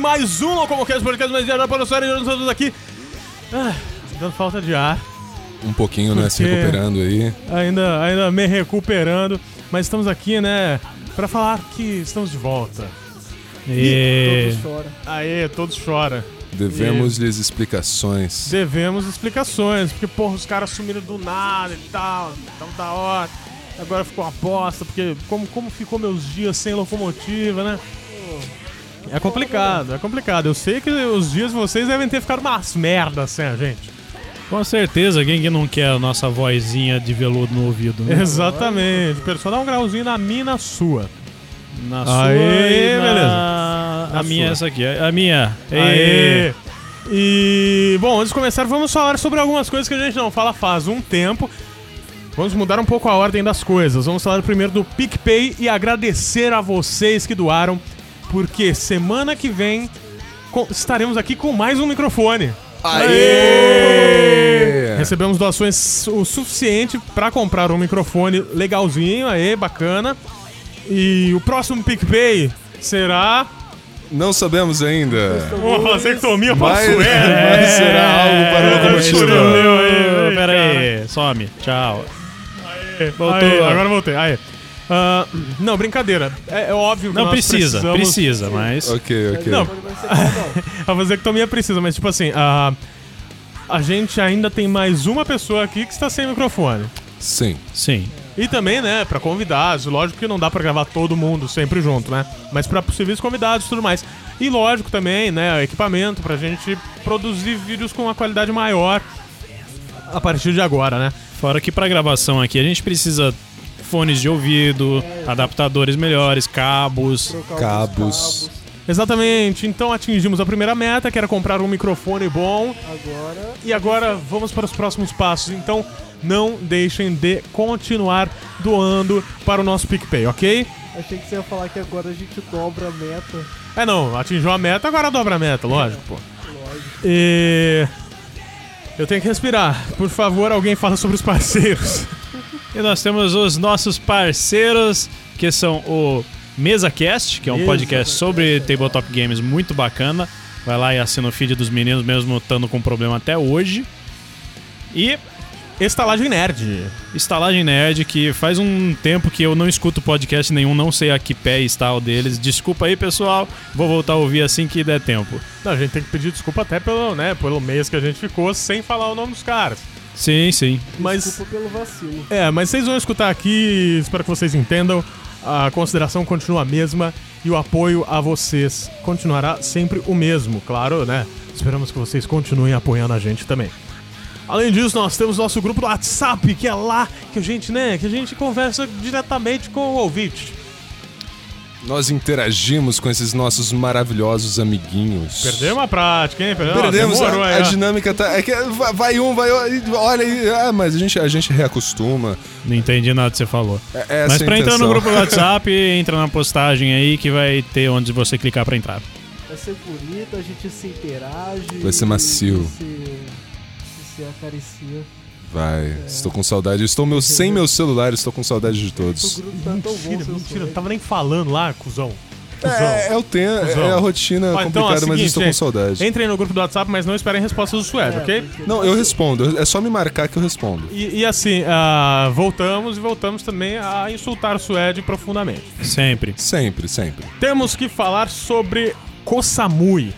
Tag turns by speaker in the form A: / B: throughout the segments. A: mais um Locomoqueiros Podcast, mas já para o nós todos aqui. Ah, dando falta de ar,
B: Um pouquinho, né? Se
A: Porque-
B: recuperando aí.
A: ainda, ainda me recuperando, mas estamos aqui, né, para falar que estamos de volta. E...
C: Todos choram.
A: Aê, todos choram.
B: Devemos lhes explicações.
A: Devemos explicações, porque, porra, os caras sumiram do nada e tal, tão da hora. Agora ficou uma bosta, porque como, como ficou meus dias sem locomotiva, né? É complicado, é complicado. Eu sei que os dias de vocês devem ter ficado umas merdas sem a gente.
D: Com certeza, quem que não quer a nossa vozinha de veludo no ouvido, né?
A: Exatamente. Pessoal, dá um grauzinho na mina sua.
D: Na sua
A: Aê,
D: e na...
A: beleza. Na
D: A minha é
A: sua.
D: essa aqui, a a minha.
A: Aê! E, bom, antes de começar, vamos falar sobre algumas coisas que a gente não fala faz um tempo. Vamos mudar um pouco a ordem das coisas. Vamos falar primeiro do PicPay e agradecer a vocês que doaram, porque semana que vem co- estaremos aqui com mais um microfone.
B: Aê!
A: Recebemos doações o suficiente para comprar um microfone legalzinho, aí, bacana. E o próximo PicPay será.
B: Não sabemos ainda.
A: Uma vasectomia
B: Mas,
A: pra Suécia.
D: É.
B: mas será algo para o locomotivo.
A: Misturou. Aê, aê,
D: Pera aí, some, tchau.
A: Voltou.
D: Voltou.
A: agora voltei. Aí. Ah, não, brincadeira. É, é óbvio que
D: Não
A: nós
D: precisa,
A: precisamos-
D: precisa, mas...
B: Ok, ok.
A: Não.
C: Pode ser cada
A: A vasectomia precisa, mas tipo assim, a, a gente ainda tem mais uma pessoa aqui que está sem microfone.
B: Sim.
D: Sim.
A: E também, né, pra convidados, lógico que não dá pra gravar todo mundo sempre junto, né? Mas pra possíveis convidados e tudo mais. E lógico também, né, equipamento pra gente produzir vídeos com uma qualidade maior a partir de agora, né?
D: Fora que pra gravação aqui a gente precisa fones de ouvido, adaptadores melhores, cabos.
C: um. Trocar
B: Cabos.
C: alguns
A: Exatamente, então atingimos a primeira meta, que era comprar um microfone bom.
C: Agora,
A: E agora vamos para os próximos passos. Então não deixem de continuar doando para o nosso PicPay, ok?
C: achei que você ia falar que agora a gente dobra a meta.
A: É não, atingiu a meta, agora dobra a meta, lógico, pô. E. Eu tenho que respirar. Por favor, alguém fala sobre os parceiros.
D: E nós temos os nossos parceiros, que são o MesaCast, que é um
A: Mesa.
D: podcast sobre tabletop games muito bacana. Vai lá e assina o feed dos meninos, mesmo estando com problema até hoje. E
A: Estalagem Nerd.
D: Estalagem Nerd, que faz um tempo que eu não escuto podcast nenhum, não sei a que pé está o deles. Desculpa aí, pessoal. Vou voltar a ouvir assim que der tempo.
A: Não, a gente tem que pedir desculpa até pelo, né, pelo mês que a gente ficou sem falar o nome dos caras.
D: Sim, sim.
A: Mas
C: Desculpa pelo vacilo.
A: É, mas vocês vão escutar aqui, espero que vocês entendam. A consideração continua a mesma e o apoio a vocês continuará sempre o mesmo, claro, né? Esperamos que vocês continuem apoiando a gente também. Além disso, nós temos nosso grupo do WhatsApp, que é lá que a gente, né, que a gente conversa diretamente com o ouvinte.
B: Nós interagimos com esses nossos maravilhosos amiguinhos.
A: Perdemos a prática, hein? Perdemos,
B: Perdemos
A: demorou,
B: a,
A: é.
B: a dinâmica tá. É que vai vai um, vai outro. Olha aí. Ah, mas a gente, a gente reacostuma.
D: Não entendi nada que você falou.
B: É, é
D: Mas
B: essa
D: pra
B: a
D: entrar no
B: intenção.
D: grupo do WhatsApp, entra na postagem aí que vai ter onde você clicar pra entrar.
C: Vai ser bonito, a gente se interage.
B: Vai ser macio.
C: vai ser- vai ser acaricia.
B: Vai, estou com saudade. Eu Estou meu, sem meu celular, estou com saudade de
C: O
B: todos.
C: grupo tá tão bom,
A: Mentira,
C: seu
A: mentira,
C: sonho.
A: não tava nem falando lá, cuzão. Cuzão.
B: É, é o tempo,
A: Cusão.
B: é a rotina
A: Ó, então,
B: complicada,
A: é o
B: mas
A: seguinte,
B: eu estou com
A: gente.
B: saudade.
A: Entrem no grupo do WhatsApp, mas não esperem respostas do Suede,
C: É,
A: ok?
C: porque
B: Não, eu respondo. eu- É só me marcar que eu respondo.
A: E, e assim, ah, voltamos e voltamos também a insultar o Suede profundamente.
D: Sempre.
B: Sempre, sempre.
A: Temos que falar sobre Kosamui.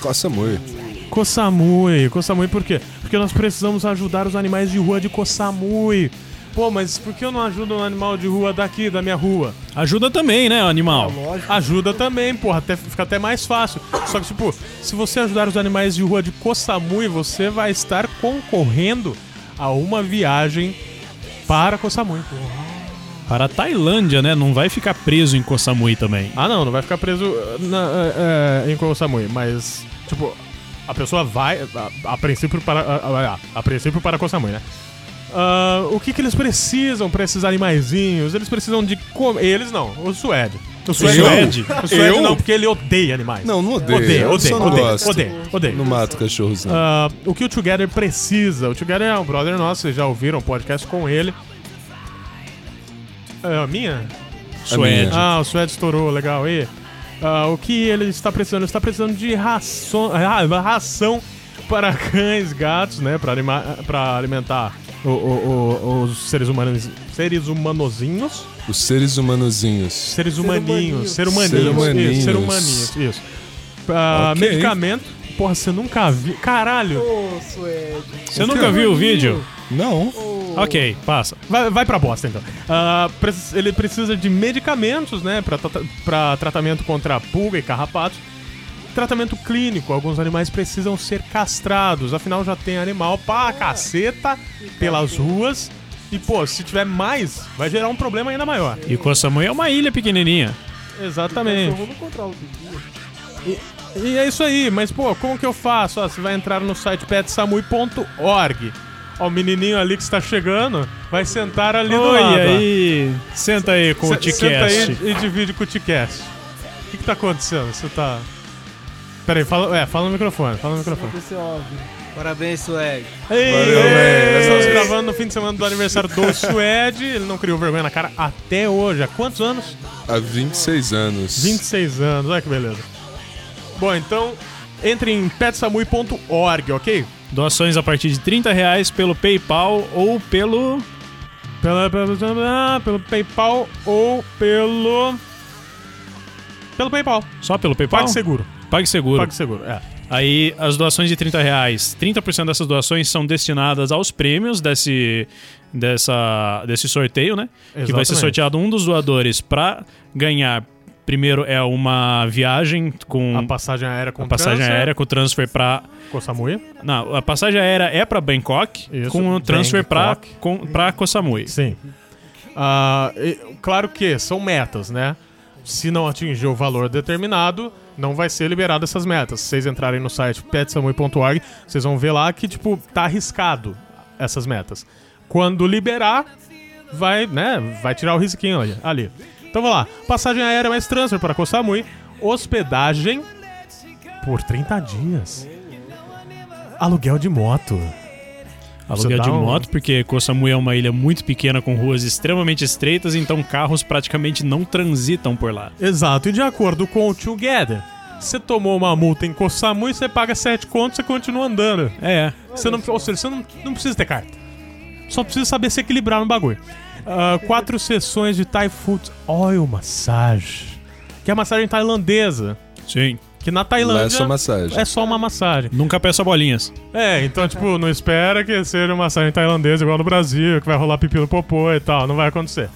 B: Coça muito.
A: Kosamui, Kosamui por quê? Porque nós precisamos ajudar os animais de rua de Kosamui. Pô, mas por que eu não ajudo um animal de rua daqui, da minha rua?
D: Ajuda também, né, animal?
C: Lógico.
A: Ajuda também, porra, até, fica até mais fácil. Só que, tipo, se você ajudar os animais de rua de Kosamui, você vai estar concorrendo a uma viagem para Kosamui.
D: Para a Tailândia, né? Não vai ficar preso em Koh Samui também.
A: Ah, não, não vai ficar preso eh, na, eh, eh, em Koh Samui, mas, tipo, a pessoa vai, a, a princípio, para, a, a- a princípio para Koh Samui, né? Ah, o que que eles precisam pra esses animaizinhos? Eles precisam de comer. Eles não, o Suede. O Suede,
B: Eu?
A: não. O Suede
B: Eu?
A: não, porque ele odeia animais.
B: Não, não odeio.
A: odeia,
B: eu
A: odeia,
B: só não
A: odeia,
B: gosto.
A: odeia, odeia.
B: Não mato cachorros, não.
A: Ah, o que o Together precisa. O Together é um brother nosso, vocês já ouviram o podcast com ele. É a minha?
B: minha.
D: Suede.
A: Ah, o Suede estourou, legal. E Ah, o que ele está precisando? Ele está precisando de ração, ah, ração para cães, gatos, né? Para anima- para alimentar o- o- o- os seres humanos, seres humanozinhos,
B: Os seres humanozinhos.
A: seres humaninhos, ser humaninhos,
B: Ser humaninhos.
A: isso, ser humaninhos, isso. Ah,
B: Ok.
A: Medicamento. Porra, você nunca viu. Caralho!
C: Ô, Suede.
D: Você nunca viu o vídeo?
B: Não.
C: Ô,
D: Ok, passa.
A: Vai, vai pra bosta, então. Ah, pre- ele precisa de medicamentos, né? Pra, trata- pra tratamento contra pulga e carrapato. Tratamento clínico. Alguns animais precisam ser castrados. Afinal, já tem animal
D: Ah,
A: pra caceta pelas ruas. E, pô, se tiver mais, vai gerar um problema ainda maior.
D: E Koh Samui é uma ilha pequenininha.
A: Exatamente.
D: Então,
C: Cachorro não controla o bichinho.
A: E é isso aí, mas pô, como que eu faço? Ó, você vai entrar no site petsamui.org. Ó, o menininho ali que está chegando vai sentar ali do lado.
D: Olha
A: ó.
D: aí. Senta aí com o
A: tá. Se- Senta
D: T-Cast.
A: aí e divide com o T-Cast. O que, que tá acontecendo? Você tá. Peraí, fala, é, fala no microfone, fala no microfone.
C: Aconteceu óbvio.
E: Parabéns, Swag.
A: Ei,
B: Valeu,
A: ei,
B: velho.
A: nós estamos gravando no fim de semana do aniversário do Suede. Ele não criou vergonha na cara até hoje. Há quantos anos?
B: Há 26 anos.
A: 26 anos, olha que beleza. Bom, então, entre em petsamui.org, ok?
D: Doações a partir de 30 reais pelo PayPal ou pelo.
A: Pela, pelo, ah, pelo PayPal ou pelo. Pelo PayPal.
D: Só pelo PayPal?
A: PagSeguro.
D: PagSeguro.
A: PagSeguro, é.
D: Aí as doações de 30 reais, 30% dessas doações são destinadas aos prêmios desse, dessa, desse sorteio, né? Que vai ser
A: Exatamente.
D: sorteado um dos doadores pra ganhar. Primeiro é uma viagem com
A: A passagem aérea com
D: Uhum. a passagem
A: transfer,
D: aérea com transfer pra.
A: Com Samui.
D: Não, a passagem aérea é pra Bangkok,
A: Isso,
D: com o transfer pra,
A: Bangkok.
D: com, pra Koh Samui.
A: Sim. Ah, e- claro que são metas, né? Se não atingir o valor determinado, não vai ser liberado essas metas. Se vocês entrarem no site petsamui.org, vocês vão ver lá que, tipo, tá arriscado essas metas. Quando liberar, vai, né, vai tirar o risquinho ali. ali. Então vamos lá. Passagem aérea mais transfer para Koh Samui. Hospedagem por 30 dias. Aluguel de moto. Você
D: Aluguel
A: dá
D: de
A: um-
D: moto, porque Koh Samui é uma ilha muito pequena com ruas extremamente estreitas, então carros praticamente não transitam por lá.
A: Exato, e de acordo com o Together, você tomou uma multa em Koh Samui, você paga 7 contos e continua andando.
D: É.
A: Você não, ou seja, você não, não precisa ter carta. Só precisa saber se equilibrar no bagulho. Ah, quatro sessões de Thai Food Oil Massage. Que é a massagem tailandesa.
D: Sim.
A: Que na
B: Lá é
A: Tailândia
B: só massagem.
A: é só uma massagem.
D: Nunca peça bolinhas.
A: É, então, tipo, não espera que seja uma massagem tailandesa igual no Brasil, que vai rolar pipi no popô e tal. Não vai acontecer.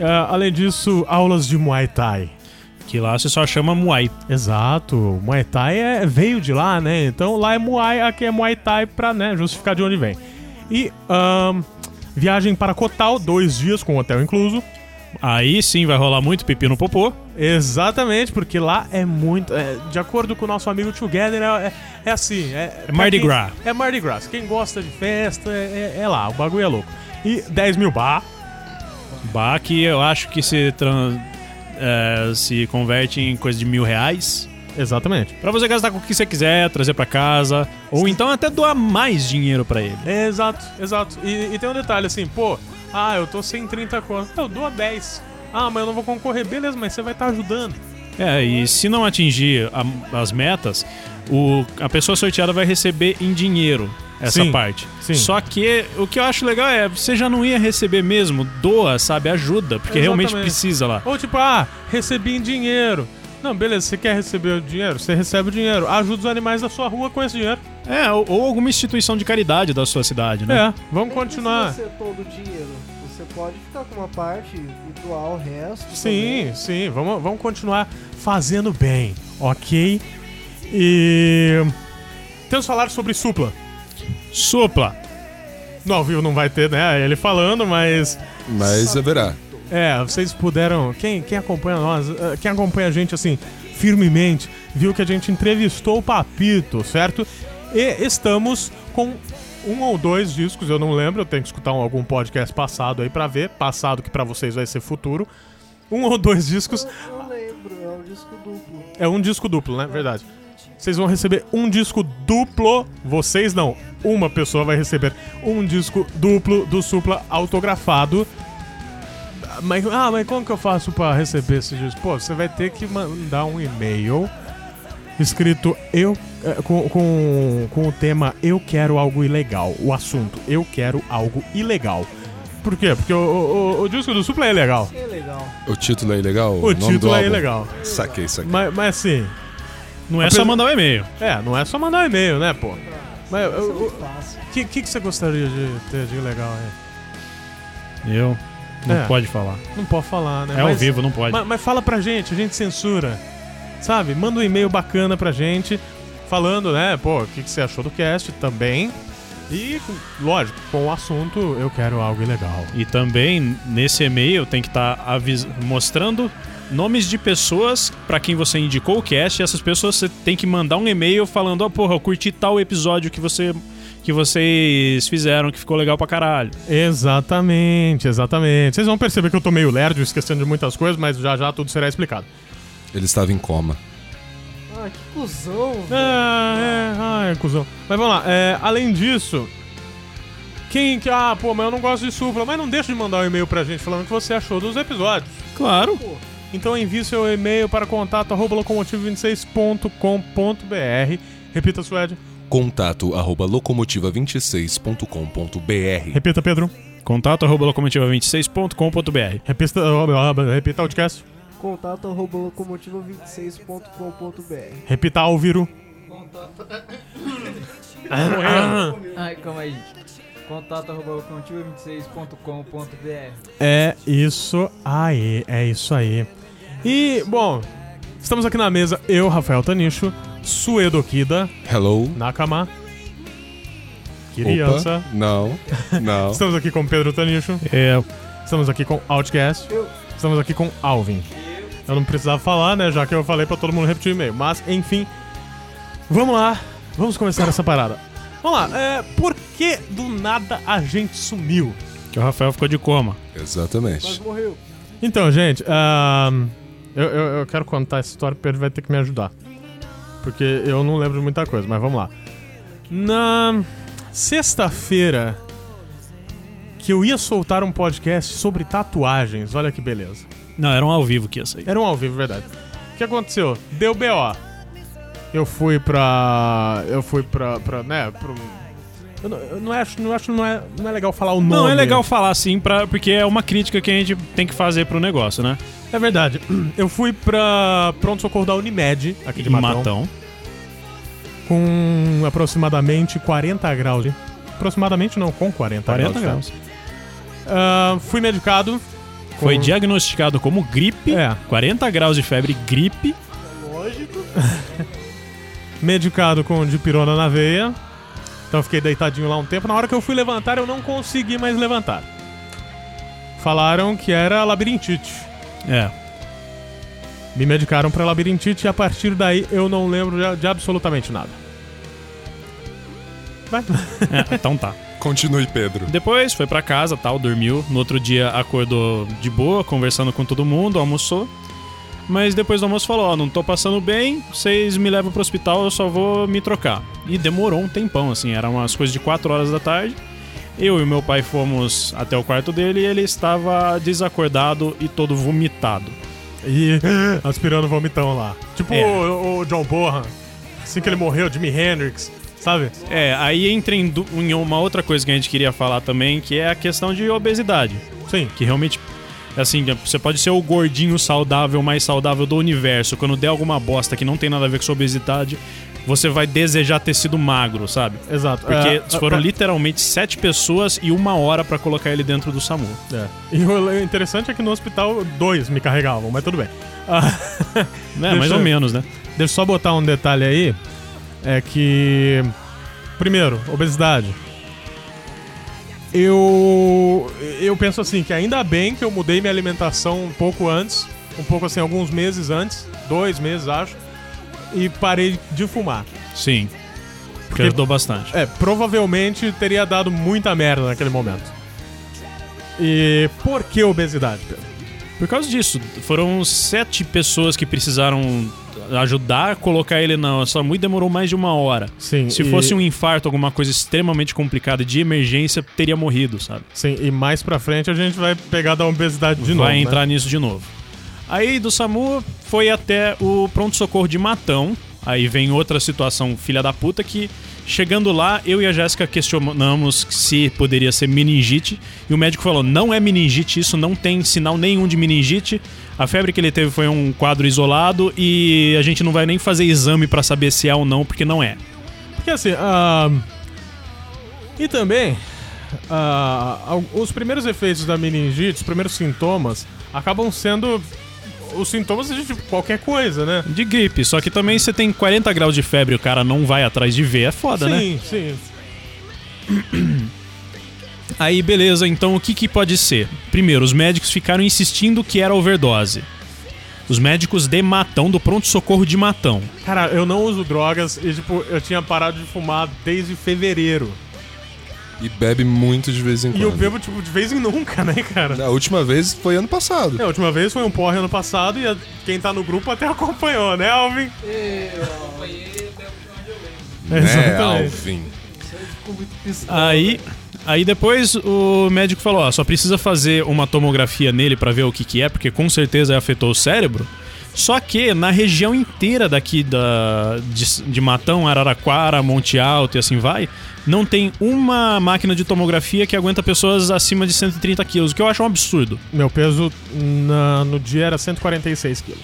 A: Ah, além disso, aulas de Muay Thai.
D: Que lá você só chama Muay.
A: Exato, o Muay Thai é- veio de lá, né? Então lá é Muay, aqui é Muay Thai pra né, justificar de onde vem. E ahn, viagem para Cotal, dois dias com hotel incluso.
D: Aí sim vai rolar muito pipi no popô.
A: Exatamente, porque lá é muito. é, de acordo com o nosso amigo Together, é, é- é assim: é, pra
D: Mardi
A: quem-
D: Gras.
A: É Mardi Gras. Quem gosta de festa é, é- é lá, o bagulho é louco. E 10 mil bar.
D: Bah, que eu acho que se, tran- é, se converte em coisa de mil reais.
A: Exatamente.
D: Pra você gastar com o que você quiser, trazer pra casa. Ou então até doar mais dinheiro pra ele.
A: É, exato, exato. E, e tem um detalhe assim, pô, ah, eu tô sem 30 conto. Eu dou a 10. Ah, mas eu não vou concorrer, beleza, mas você vai estar ajudando.
D: É, e se não atingir a- as metas, o- a pessoa sorteada vai receber em dinheiro essa
A: Sim,
D: parte.
A: sim.
D: Só que o que eu acho legal é, você já não ia receber mesmo, doa, sabe, ajuda, porque realmente
A: Exatamente.
D: precisa lá.
A: Ou tipo, ah, recebi em dinheiro. Não, beleza, você quer receber o dinheiro? Você recebe o dinheiro. Ajuda os animais da sua rua com esse dinheiro.
D: É, ou, ou alguma instituição de caridade da sua cidade, né?
A: É, vamos continuar.
C: Se você todo o dinheiro, você pode ficar com uma parte e doar o resto.
A: Sim, sim, vamos, vamos continuar fazendo bem, ok? E. Temos que falar sobre supla.
D: Supla.
A: No ao vivo não vai ter, né? Ele falando, mas
B: Mas haverá.
A: É, vocês puderam. Quem, quem acompanha nós, eh, quem acompanha a gente assim, firmemente, viu que a gente entrevistou o Papito, certo? E estamos com um ou dois discos, eu não lembro, eu tenho que escutar um- algum podcast passado aí pra ver. Passado que pra vocês vai ser futuro. Um ou dois discos.
C: Eu, eu lembro, é um disco duplo.
A: É um disco duplo, né? Verdade. Vocês vão receber um disco duplo. Vocês não. Uma pessoa vai receber um disco duplo do Supla autografado. mas, ah, mas como que eu faço pra receber esses discos? Pô, você vai ter que mandar um e-mail escrito eu eh, com, com, com o tema Eu quero algo ilegal. O assunto Eu quero algo ilegal. Por quê? Porque o, o- o- o disco do Supla é legal.
C: Que legal.
B: O título é ilegal?
A: O
B: nome do
A: título é
B: álbum?
A: ilegal.
B: Saquei, saquei.
A: Mas, mas assim,
D: Não é
A: Apesar-
D: só mandar um e-mail.
A: é, não é só mandar um e-mail, né, pô? Mas
C: Isso é
A: o
C: muito fácil.
A: que, que, que você gostaria de ter de legal aí?
D: Eu. Não
A: É.
D: pode falar.
A: Não pode falar, né?
D: É ao
A: Mas-
D: vivo, não pode.
A: Mas, mas fala pra gente, a gente censura. Sabe? Manda um e-mail bacana pra gente, falando, né, pô, o que, que você achou do cast também. E, lógico, com o assunto, eu quero algo ilegal.
D: E também, nesse e-mail, tem que estar mostrando nomes de pessoas pra quem você indicou o cast. E essas pessoas você tem que mandar um e-mail falando: Ó, porra, eu curti tal episódio que você. Que vocês fizeram, que ficou legal pra caralho.
A: Exatamente, exatamente. Vocês vão perceber que eu tô meio lerdo, esquecendo de muitas coisas, mas já já tudo será explicado.
B: Ele estava em coma.
C: Ah, que cuzão.
A: É,
C: velho.
A: é, ai, cuzão. Mas vamos lá, é, além disso. Quem que. Ah, pô, mas eu não gosto de supla. Mas não deixa de mandar um e-mail pra gente falando o que você achou dos episódios.
D: Claro.
A: Então envie seu e-mail para contato arroba locomotivo26.com.br. Repita, Suede.
B: Contato arroba locomotiva26.com.br
A: Repita, Pedro.
D: Contato arroba locomotiva26.com.br.
A: Repita, oh, ah, repita Outcast.
C: Contato arroba locomotivo26.com.br.
A: Repita Alviro.
E: Ai, calma aí, gente. Contato arroba locomotiva26.com.br
A: É isso aí, é isso aí. E, bom, estamos aqui na mesa, eu, Rafael Tanicho, Suedo Kida,
B: Hello?
A: Nakama, Criança.
B: Opa. Não, não.
A: Estamos aqui com Pedro Tanicho,
D: É,
A: estamos aqui com Outcast,
C: Eu.
A: estamos aqui com Alvin. Eu não precisava falar, né? Já que eu falei pra todo mundo repetir o e-mail. Mas, enfim. Vamos lá. Vamos começar essa parada. Vamos lá. É, por que do nada a gente sumiu?
D: que o Rafael ficou de coma.
C: Quase
B: Exatamente.
C: morreu.
A: Então, gente, ahn, eu, eu- eu quero contar essa história, o Pedro vai ter que me ajudar. Porque eu não lembro de muita coisa, mas vamos lá. Na sexta-feira que eu ia soltar um podcast sobre tatuagens, olha que beleza.
D: Não, era um ao vivo que ia sair.
A: Era um ao vivo, verdade. O que aconteceu? Deu BO. Eu fui pra. Eu fui pra. pra né? Pro... Eu não, eu não acho, não acho não é, não é legal falar o nome.
D: Não, é legal falar assim, pra, porque é uma crítica que a gente tem que fazer pro negócio, né?
A: É verdade. Eu fui pra pronto-socorro da Unimed, aqui de
D: Em
A: Matão, com aproximadamente 40 graus. de- Aproximadamente não, com 40,
D: 40
A: graus. de
D: graus.
A: febre. Ah, fui medicado.
D: Foi
A: com-
D: diagnosticado como gripe,
A: É.
D: 40 graus de febre, gripe.
C: Lógico.
A: medicado com dipirona na veia. Então eu fiquei deitadinho lá um tempo. Na hora que eu fui levantar, eu não consegui mais levantar. Falaram que era labirintite.
D: É.
A: Me medicaram pra labirintite e a partir daí eu não lembro de- de absolutamente nada. Vai.
D: É, então tá.
B: Continue, Pedro.
D: Depois foi pra casa, tal, dormiu. No outro dia acordou de boa, conversando com todo mundo, almoçou. Mas depois do almoço falou: Ó, não tô passando bem, vocês me levam pro hospital, eu só vou me trocar. E demorou um tempão, assim, eram umas coisas de 4 horas da tarde. Eu e meu pai fomos até o quarto dele e ele estava desacordado e todo vomitado.
A: E aspirando vomitão lá. Tipo
D: É.
A: o, o John Bohan. Assim que ele morreu, Jimi Hendrix, sabe?
D: É, aí entra em, du- em uma outra coisa que a gente queria falar também, que é a questão de obesidade.
A: Sim.
D: Que realmente, assim, você pode ser o gordinho saudável, mais saudável do universo. Quando der alguma bosta que não tem nada a ver com sua obesidade, você vai desejar ter sido magro, sabe?
A: Exato.
D: Porque
A: É,
D: foram
A: é,
D: literalmente sete pessoas e uma hora pra colocar ele dentro do SAMU.
A: é. E o interessante é que no hospital dois me carregavam, mas tudo bem. Ah,
D: Né? Mais
A: Deixa
D: ou
A: eu-
D: menos, né?
A: Deixa eu só botar um detalhe aí. É que. Primeiro, obesidade. Eu. Eu penso assim, que ainda bem que eu mudei minha alimentação um pouco antes. Um pouco assim, alguns meses antes. Dois meses, acho. E parei de fumar.
D: Sim. Porque
A: Porque-
D: ajudou bastante.
A: É, provavelmente teria dado muita merda naquele momento. E por que obesidade, Pedro?
D: Por causa disso, foram sete pessoas que precisaram ajudar a colocar ele na SAMU e demorou mais de uma hora.
A: Sim,
D: Se
A: e-
D: fosse um infarto, alguma coisa extremamente complicada de emergência, teria morrido, sabe?
A: Sim, e mais pra frente a gente vai pegar da obesidade de novo.
D: Vai
A: né?
D: entrar nisso de novo. Aí do SAMU foi até o pronto-socorro de Matão. Aí vem outra situação filha da puta que, chegando lá, eu e a Jéssica questionamos se poderia ser meningite. E o médico falou, não é meningite, isso não tem sinal nenhum de meningite. A febre que ele teve foi um quadro isolado e a gente não vai nem fazer exame pra saber se é ou não, porque não é.
A: Porque assim, ah, e também ah, al- os primeiros efeitos da meningite, os primeiros sintomas, acabam sendo os sintomas de tipo, qualquer coisa, né?
D: De gripe, só que também você tem 40 graus de febre e o cara não vai atrás de ver, é foda, né?
A: sim, sim.
D: Aí, beleza, então o que, que pode ser? Primeiro, os médicos ficaram insistindo que era overdose. Os médicos de Matão, do pronto-socorro de Matão.
A: Cara, eu não uso drogas e tipo, eu tinha parado de fumar desde fevereiro.
B: E bebe muito de vez em
A: E
B: quando.
A: eu bebo tipo de vez em nunca, né, cara?
B: A última vez foi ano passado.
A: É, a última vez foi um porre ano passado e a- quem tá no grupo até acompanhou, né, Alvin? É,
B: né,
A: Exatamente.
B: Alvin?
D: Aí, aí depois o médico falou, ó, só precisa fazer uma tomografia nele pra ver o que que é, porque com certeza afetou o cérebro. Só que na região inteira daqui da, de, de Matão, Araraquara, Monte Alto e assim vai, não tem uma máquina de tomografia que aguenta pessoas acima de 130 quilos, o que eu acho um absurdo.
A: Meu peso na- no dia era 146 quilos.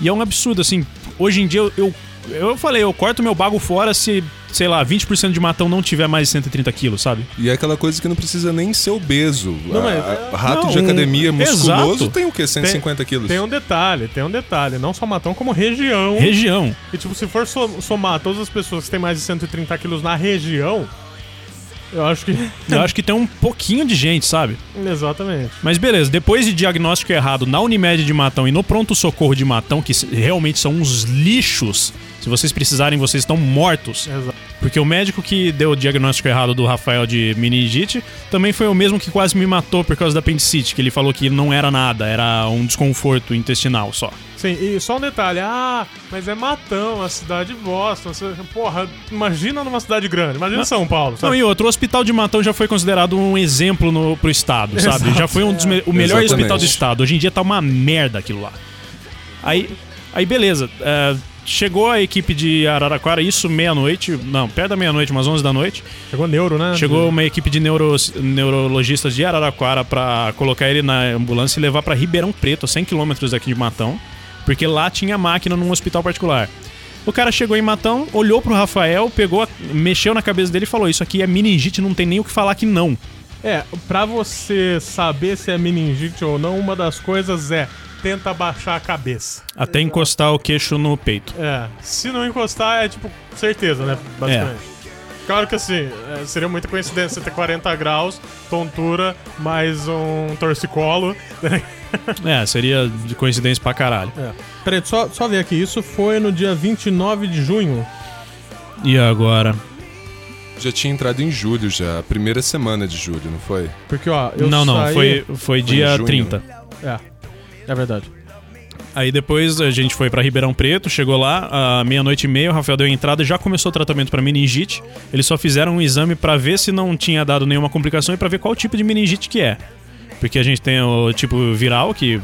D: E é um absurdo, assim. Hoje em dia eu, eu, eu falei, eu corto meu bago fora se, sei lá, 20% de matão não tiver mais de 130 quilos, sabe?
B: E é aquela coisa que não precisa nem ser obeso. A-
A: mas-
B: a- rato
D: não,
B: de academia
D: um-
B: musculoso
D: exato.
B: tem o quê? 150 quilos?
A: Tem um detalhe, tem um detalhe. Não só Matão, como região.
D: Região.
A: E tipo, se for so- somar todas as pessoas que têm mais de 130 quilos na região, eu acho que.
D: Eu acho que tem um pouquinho de gente, sabe?
A: Exatamente.
D: Mas beleza, depois de diagnóstico errado na Unimed de Matão e no pronto-socorro de Matão, que se- realmente são uns lixos, se vocês precisarem, vocês estão mortos.
A: Exato.
D: Porque o médico que deu o diagnóstico errado do Rafael de meningite também foi o mesmo que quase me matou por causa da apendicite, que ele falou que não era nada, era um desconforto intestinal só.
A: Sim, e só um detalhe. Ah, mas é Matão, a cidade de Boston. você- Porra, imagina numa cidade grande. Imagina São Paulo,
D: Não,
A: sabe?
D: e outro, o Hospital de Matão já foi considerado um exemplo no, pro estado, sabe? Já foi um dos me- o melhor
B: Exatamente.
D: hospital do estado. Hoje em dia tá uma merda aquilo lá. Aí, aí beleza. é, chegou a equipe de Araraquara, isso meia-noite, não, perto da meia-noite, umas 11 da noite.
A: Chegou neuro, né?
D: Chegou uma equipe de neuro- neurologistas de Araraquara pra colocar ele na ambulância e levar pra Ribeirão Preto, a 100 quilômetros daqui de Matão, porque lá tinha máquina num hospital particular. O cara chegou em Matão, olhou pro Rafael, pegou, a- mexeu na cabeça dele e falou: "Isso aqui é meningite, não tem nem o que falar que não".
A: É, pra você saber se é meningite ou não, uma das coisas é tenta baixar a cabeça.
D: Até encostar o queixo no peito.
A: É, se não encostar é tipo certeza, né? Basicamente. Claro que assim, é, seria muita coincidência ter 40 graus, tontura, mais um torcicolo. né?
D: É, seria de coincidência pra caralho.
A: É. Peraí, só, só ver aqui, isso foi no dia 29 de junho.
D: E agora?
B: Já tinha entrado em julho já, a primeira semana de julho, não foi?
A: Porque, ó, eu
D: não, não,
A: saí-
D: foi foi dia
B: junho.
D: 30.
A: É, é verdade.
D: Aí depois a gente foi pra Ribeirão Preto, chegou lá, à meia-noite e meia, o Rafael deu a entrada e já começou o tratamento pra meningite. Eles só fizeram um exame pra ver se não tinha dado nenhuma complicação e pra ver qual tipo de meningite que é. Porque a gente tem o tipo viral, que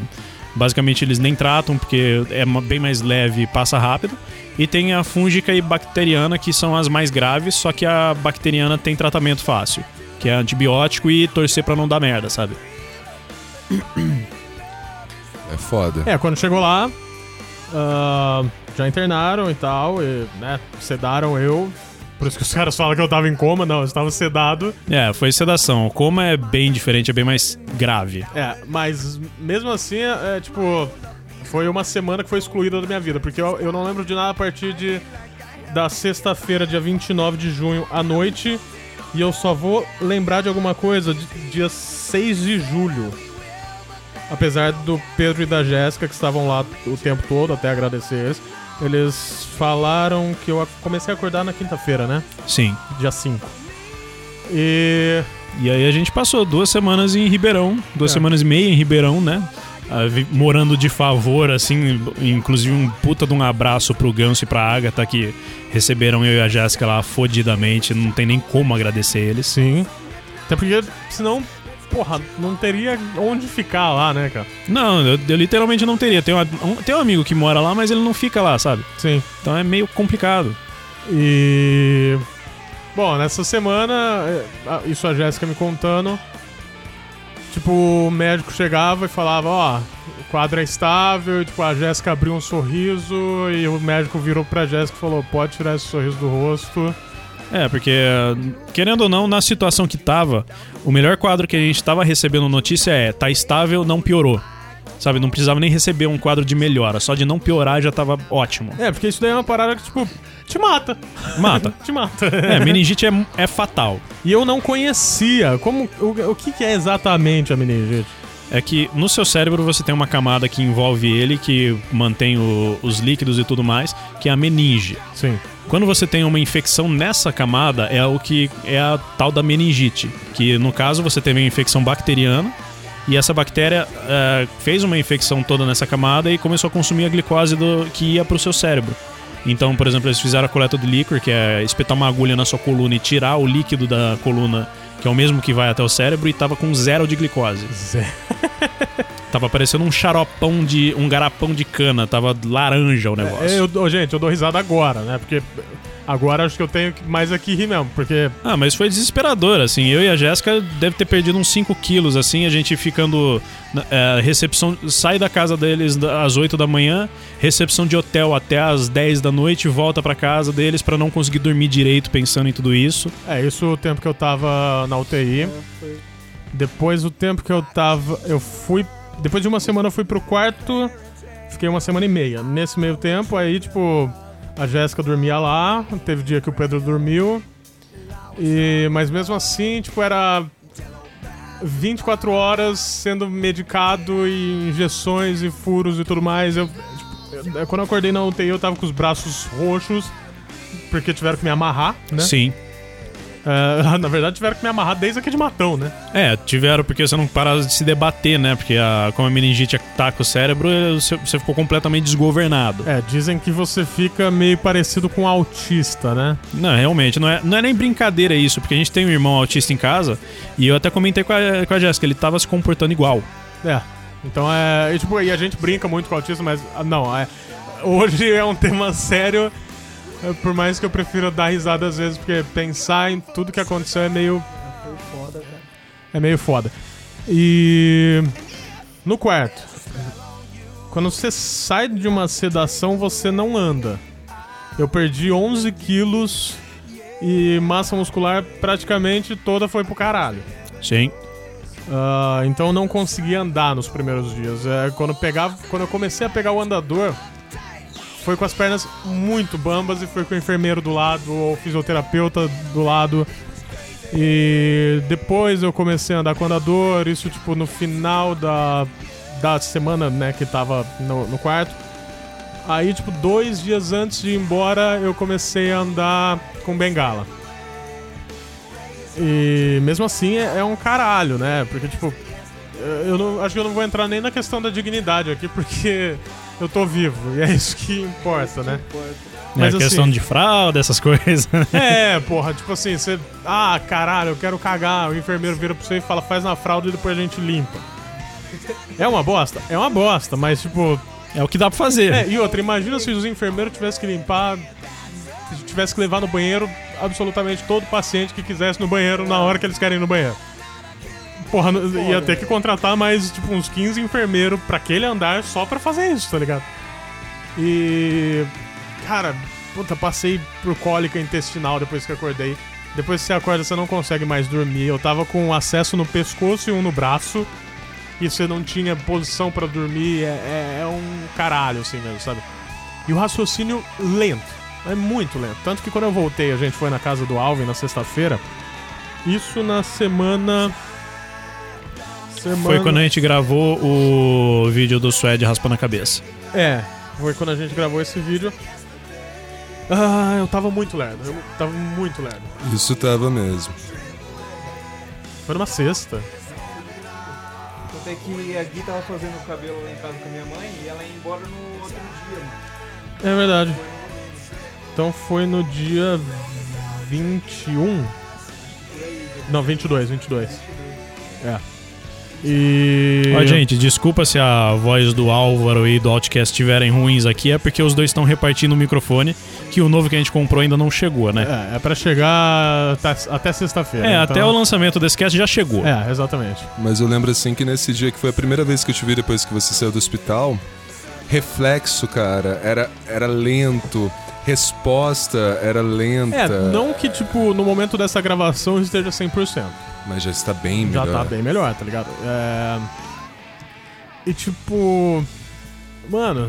D: basicamente eles nem tratam, porque é ma- bem mais leve e passa rápido. E tem a fúngica e bacteriana, que são as mais graves, só que a bacteriana tem tratamento fácil, que é antibiótico e torcer pra não dar merda, sabe?
B: É foda.
A: É, quando chegou lá, ah, já internaram e tal, e, né, sedaram eu. Por isso que os caras falam que eu tava em coma, não, eu estava sedado.
D: É, foi sedação. O coma é bem diferente, é bem mais grave.
A: É, mas mesmo assim, é, é, tipo, foi uma semana que foi excluída da minha vida, porque eu, eu não lembro de nada a partir de da sexta-feira, dia 29 de junho à noite, e eu só vou lembrar de alguma coisa de, dia 6 de julho. Apesar do Pedro e da Jéssica que estavam lá o tempo todo, até agradecer eles, eles falaram que eu a- comecei a acordar na quinta-feira, né?
D: Sim.
A: Dia 5. E
D: E aí a gente passou duas semanas em Ribeirão, duas
A: É.
D: semanas e meia em Ribeirão, né? ah, vi- morando de favor, assim, inclusive um puta de um abraço pro Ganso e pra Agatha que receberam eu e a Jéssica lá fodidamente, não tem nem como agradecer eles.
A: Sim. Até porque, senão, porra, não teria onde ficar lá, né, cara?
D: Não, eu, eu literalmente não teria. Tem um, um- tem um amigo que mora lá, mas ele não fica lá, sabe?
A: Sim.
D: Então é meio complicado.
A: E. Bom, nessa semana, eh, ah, isso a Jéssica me contando. Tipo, o médico chegava e falava: Ó, o quadro é estável. E, tipo, a Jéssica abriu um sorriso. E o médico virou pra Jéssica e falou: Pode tirar esse sorriso do rosto.
D: É, porque, querendo ou não, na situação que tava, o melhor quadro que a gente tava recebendo notícia é tá estável, não piorou. Sabe, não precisava nem receber um quadro de melhora, só de não piorar já tava ótimo.
A: É, porque isso daí é uma parada que, tipo, te mata.
D: Mata.
A: Te mata.
D: É, meningite é, é fatal.
A: Ah, tá. E eu não conhecia. Como, o, o que, que é exatamente a meningite?
D: É que no seu cérebro você tem uma camada que envolve ele, que mantém o- os líquidos e tudo mais, que é a meninge.
A: Sim.
D: Quando você tem uma infecção nessa camada, é o que é a tal da meningite, que no caso você teve uma infecção bacteriana e essa bactéria eh, fez uma infecção toda nessa camada e começou a consumir a glicose do, que ia para o seu cérebro. Então, por exemplo, eles fizeram a coleta do líquor, que é espetar uma agulha na sua coluna e tirar o líquido da coluna, que é o mesmo que vai até o cérebro, e tava com zero de glicose.
A: Zé.
D: Tava parecendo um xaropão de. um garapão de cana, tava laranja o negócio.
A: É, eu, ô, gente, eu dou risada agora, né? Porque agora acho que eu tenho que- mais aqui rir mesmo, porque.
D: Ah, mas foi desesperador, assim. Eu e a Jéssica deve ter perdido uns 5 quilos, assim, a gente ficando. na- é, recepção. Sai da casa deles da- às 8 da manhã, recepção de hotel até às 10 da noite, volta pra casa deles pra não conseguir dormir direito pensando em tudo isso.
A: É, isso o tempo que eu tava na UTI.
C: foi.
A: Depois o tempo que eu tava. Eu fui. Depois de uma semana eu fui pro quarto. Fiquei uma semana e meia. Nesse meio tempo, aí, tipo, a Jéssica dormia lá. Teve dia que o Pedro dormiu. E, mas mesmo assim, tipo, era 24 horas sendo medicado e injeções e furos e tudo mais. Eu, tipo, eu- quando eu acordei na UTI, eu tava com os braços roxos, porque tiveram que me amarrar, né?
D: Sim.
A: É, na verdade, tiveram que me amarrar desde aqui de matão, né?
D: É, tiveram porque você não parava de se debater, né? Porque a, como a meningite ataca o cérebro, é, você, você ficou completamente desgovernado.
A: É, dizem que você fica meio parecido com um autista, né?
D: Não, realmente, não é, não é nem brincadeira isso, porque a gente tem um irmão autista em casa e eu até comentei com a, com a Jéssica, ele tava se comportando igual.
A: É. Então é. E, tipo, e a gente brinca muito com autista, mas. ah, Não, é. Hoje é um tema sério. é, Por mais que eu prefira dar risada às vezes, porque pensar em tudo que aconteceu é meio.
C: Foi foda, cara.
A: É meio foda. E. No quarto. Quando você sai de uma sedação, você não anda. Eu perdi 11 quilos e massa muscular praticamente toda foi pro caralho.
D: Sim.
A: Ah, então eu não conseguia andar nos primeiros dias. É, quando, eu pegava, quando eu comecei a pegar o andador, foi com as pernas muito bambas e foi com o enfermeiro do lado, ou o fisioterapeuta do lado. E depois eu comecei a andar com o andador, isso tipo no final da, da semana né, que tava no, no quarto. Aí, tipo, dois dias antes de ir embora, eu comecei a andar com bengala. E mesmo assim é, é um caralho, né? Porque, tipo, eu- eu não, acho que eu não vou entrar nem na questão da dignidade aqui, porque eu tô vivo e é isso que importa, né? Mas
D: é questão
A: assim-
D: de fralda, essas coisas. né?
A: É, porra, tipo assim, você. Ah, caralho, eu quero cagar. O enfermeiro vira pra você e fala, faz na fralda e depois a gente limpa. É uma bosta? É uma bosta, mas tipo.
D: É o que dá pra fazer.
A: É, e outra, imagina se os enfermeiros tivessem que limpar. se Tivesse que levar no banheiro absolutamente todo paciente que quisesse no banheiro na hora que eles querem ir no banheiro. Porra, não- ia ter que contratar mais, tipo, uns 15 enfermeiros pra aquele andar só pra fazer isso, tá ligado? E. Cara, puta, passei por cólica intestinal depois que acordei. Depois que você acorda, você não consegue mais dormir. Eu tava com um acesso no pescoço e um no braço. E você não tinha posição pra dormir. É, é- é um caralho, assim mesmo, sabe? E o raciocínio lento. É muito lento. Tanto que quando eu voltei, a gente foi na casa do Alvin na sexta-feira. Isso na semana. semana...
D: Foi quando a gente gravou o vídeo do Suede raspando a cabeça.
A: É, foi quando a gente gravou esse vídeo. Ah, eu tava muito lerdo. Eu tava muito lerdo.
B: Isso tava mesmo.
A: Foi numa sexta.
F: Até é que a Gui tava fazendo o cabelo lá em casa com a minha mãe e ela ia embora no outro dia, mano.
A: É verdade.
F: Foi no
A: Então foi no dia 21? Não, 22, 22. É. E.
D: Ó, gente, desculpa se a voz do Álvaro e do Outcast estiverem ruins aqui, é porque os dois estão repartindo o microfone, que o novo que a gente comprou ainda não chegou, né?
A: É, é pra chegar tá- até
D: É,
A: sexta-feira. então-
D: até o lançamento desse cast já chegou.
A: É, exatamente.
B: Mas eu lembro assim que nesse dia que foi a primeira vez que eu te vi depois que você saiu do hospital, reflexo, cara, era, era lento. Resposta era lenta.
A: É, não que, tipo, no momento dessa gravação esteja 100%.
B: Mas já está bem
A: Já
B: melhor.
A: tá bem melhor, tá ligado? É... E, tipo. Mano.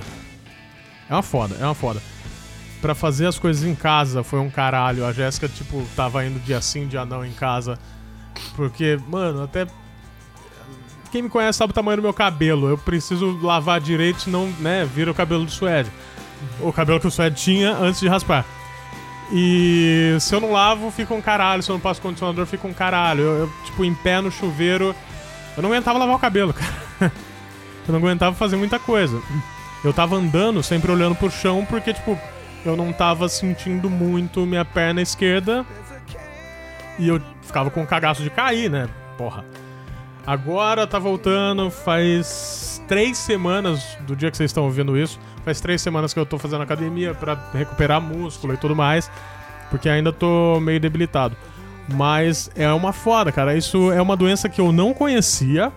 A: É uma foda, é uma foda. Pra fazer as coisas em casa foi um caralho. A Jéssica, tipo, tava indo dia sim, dia não em casa. Porque, mano, até. Quem me conhece sabe o tamanho do meu cabelo. Eu preciso lavar direito, senão, né, vira o cabelo do Suede. O cabelo que o Suede tinha antes de raspar. E se eu não lavo, fica um caralho. Se eu não passo condicionador, fica um caralho. Eu, eu, tipo, em pé no chuveiro. Eu não aguentava lavar o cabelo, cara. Eu não aguentava fazer muita coisa. Eu tava andando, sempre olhando pro chão, porque, tipo, eu não tava sentindo muito minha perna esquerda. E eu ficava com um cagaço de cair, né? Porra. Agora tá voltando, faz três semanas do dia que vocês estão ouvindo isso. Faz três semanas que eu tô fazendo academia pra recuperar músculo e tudo mais porque ainda tô meio debilitado. Mas é uma foda, cara. Isso é uma doença que eu não conhecia.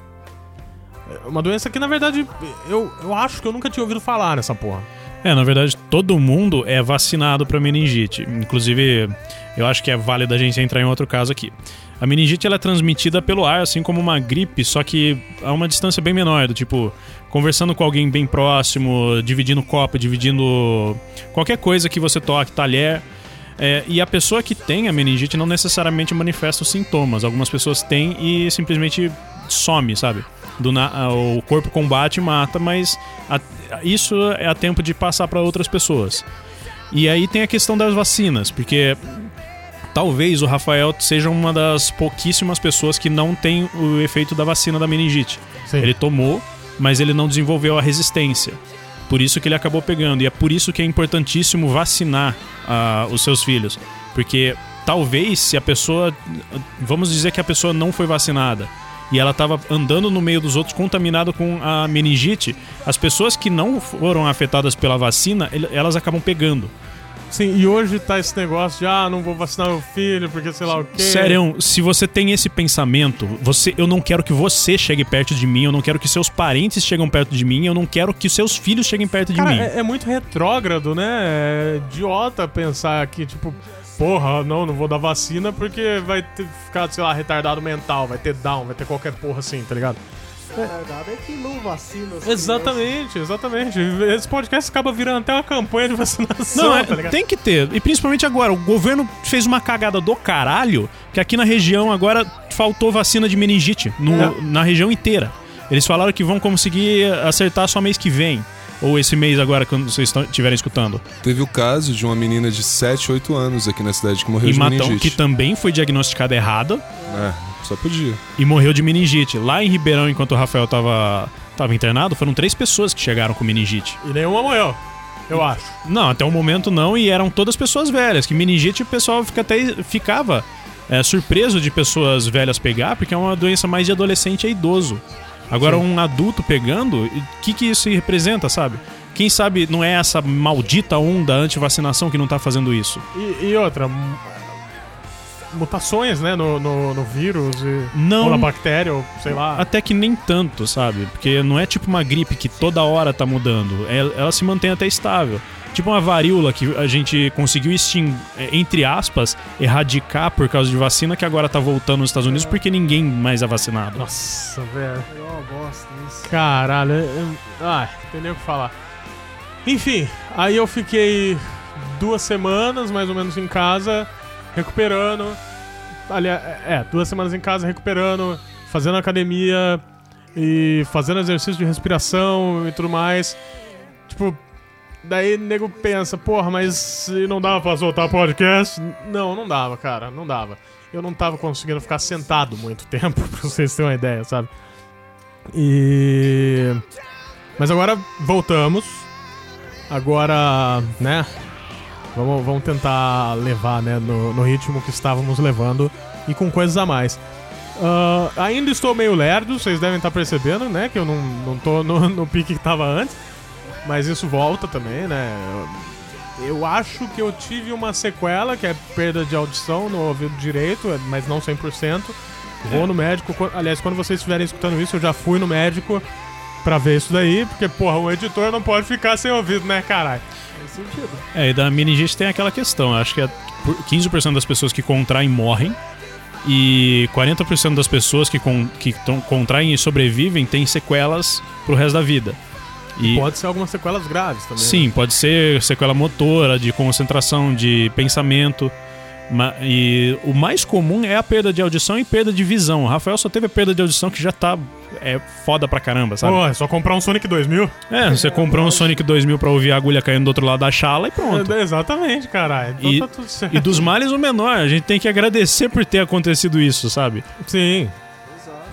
A: É Uma doença que, na verdade, eu, eu acho que eu nunca tinha ouvido falar nessa porra.
D: É, na verdade, todo mundo é vacinado pra meningite. Inclusive, eu acho que é válido a gente entrar em outro caso aqui. A meningite ela é transmitida pelo ar, assim como uma gripe, só que a uma distância bem menor, do tipo conversando com alguém bem próximo, dividindo copo, dividindo qualquer coisa que você toque, talher. É, e a pessoa que tem a meningite não necessariamente manifesta os sintomas. Algumas pessoas têm e simplesmente some, sabe? Do na- ah, o corpo combate e mata, mas a- isso é a tempo de passar para outras pessoas. E aí tem a questão das vacinas, porque talvez o Rafael seja uma das pouquíssimas pessoas que não tem o efeito da vacina da meningite.
A: Sim.
D: Ele tomou, mas ele não desenvolveu a resistência. Por isso que ele acabou pegando. E é por isso que é importantíssimo vacinar ah, os seus filhos. Porque talvez se a pessoa. Vamos dizer que a pessoa não foi vacinada. E ela estava andando no meio dos outros, contaminada com a meningite. As pessoas que não foram afetadas pela vacina, el- elas acabam pegando.
A: Sim, e hoje tá esse negócio de, ah, não vou vacinar meu filho porque sei lá o quê.
D: Sério, é um se você tem esse pensamento, você, eu não quero que você chegue perto de mim, eu não quero que seus parentes cheguem perto de mim, eu não quero que seus filhos cheguem perto de
A: Cara,
D: mim.
A: é, é muito retrógrado, né? É idiota pensar que, tipo, porra, não, não vou dar vacina porque vai ter- ficar, sei lá, retardado mental, vai ter down, vai ter qualquer porra assim, tá ligado?
C: retardado é quem não vacina. as
A: Exatamente, exatamente. Esse podcast acaba virando até uma campanha de vacinação,
D: Não, é-
A: tá ligado?
D: tem que ter. E principalmente agora, o governo fez uma cagada do caralho que aqui na região agora faltou vacina de meningite no-
A: É.
D: na região inteira. Eles falaram que vão conseguir acertar só mês que vem. Ou esse mês agora, quando vocês estão- estiverem escutando.
B: Teve o caso de uma menina de 7, 8 anos aqui na cidade que morreu
D: e
B: de
A: um
D: Matão, que
B: meningite.
D: também foi diagnosticada errada
B: É, só podia.
D: e morreu de meningite. Lá em Ribeirão, enquanto o Rafael tava, tava internado, foram três pessoas que chegaram com meningite.
A: E nenhuma morreu, eu acho.
D: Não, até o momento não, e eram todas pessoas velhas. Que meningite o pessoal fica até, ficava é, surpreso de pessoas velhas pegar, porque é uma doença mais de adolescente e idoso. Agora, um adulto pegando, o que, que isso representa, sabe? Quem sabe não é essa maldita onda anti-vacinação que não tá fazendo isso?
A: E, e outra, mu- mutações, né, no, no, no vírus e...
D: Não.
A: Ou na bactéria, ou sei lá.
D: Até que nem tanto, sabe? Porque não é tipo uma gripe que toda hora tá mudando. Ela, ela se mantém até estável. Tipo uma varíola que a gente conseguiu, extin- é, entre aspas, erradicar por causa de vacina, que agora tá voltando nos Estados Unidos porque ninguém mais é vacinado.
A: Nossa, velho.
C: crianças. É uma bosta isso.
A: Caralho, eu- eu- ai, não tem nem o que falar. Enfim, aí eu fiquei duas semanas mais ou menos em casa, recuperando. Aliás, é, duas semanas em casa recuperando, fazendo academia e fazendo exercício de respiração e tudo mais. Tipo, daí o nego pensa, porra, mas e não dava pra soltar podcast? N- Não, não dava, cara, não dava. Eu não tava conseguindo ficar sentado muito tempo, pra vocês terem uma ideia, sabe? E. Mas agora voltamos. Agora, né? Vamos, vamos tentar levar, né? No, no ritmo que estávamos levando e com coisas a mais. Ah, ainda estou meio lerdo, vocês devem estar percebendo, né? Que eu não, não tô no, no pique que tava antes. Mas isso volta também, né? Eu acho que eu tive uma sequela, que é perda de audição no ouvido direito, mas não 100%. Vou no médico. Qu- Aliás, quando vocês estiverem escutando isso, eu já fui no médico pra ver isso daí, porque, porra, um editor não pode ficar sem ouvido, né, caralho?
C: Faz sentido.
D: É, e da meningite tem aquela questão. eu Acho que é por- 15% das pessoas que contraem morrem. E 40% das pessoas que, con- que tão- contraem e sobrevivem têm sequelas pro resto da vida. E
A: Pode ser algumas sequelas graves também. né?
D: sim, pode ser sequela motora, de concentração, de pensamento. Ma- e o mais comum é a perda de audição e perda de visão. O Rafael só teve a perda de audição que já tá é, foda pra caramba, sabe?
A: Pô, é só comprar um Sonic 2000?
D: É, você comprou um Sonic 2000 pra ouvir a agulha caindo do outro lado da chala e pronto.
A: É, Exatamente, caralho. Então
D: E-
A: tá tudo certo.
D: E dos males, o menor. A gente tem que agradecer por ter acontecido isso, sabe?
A: Sim.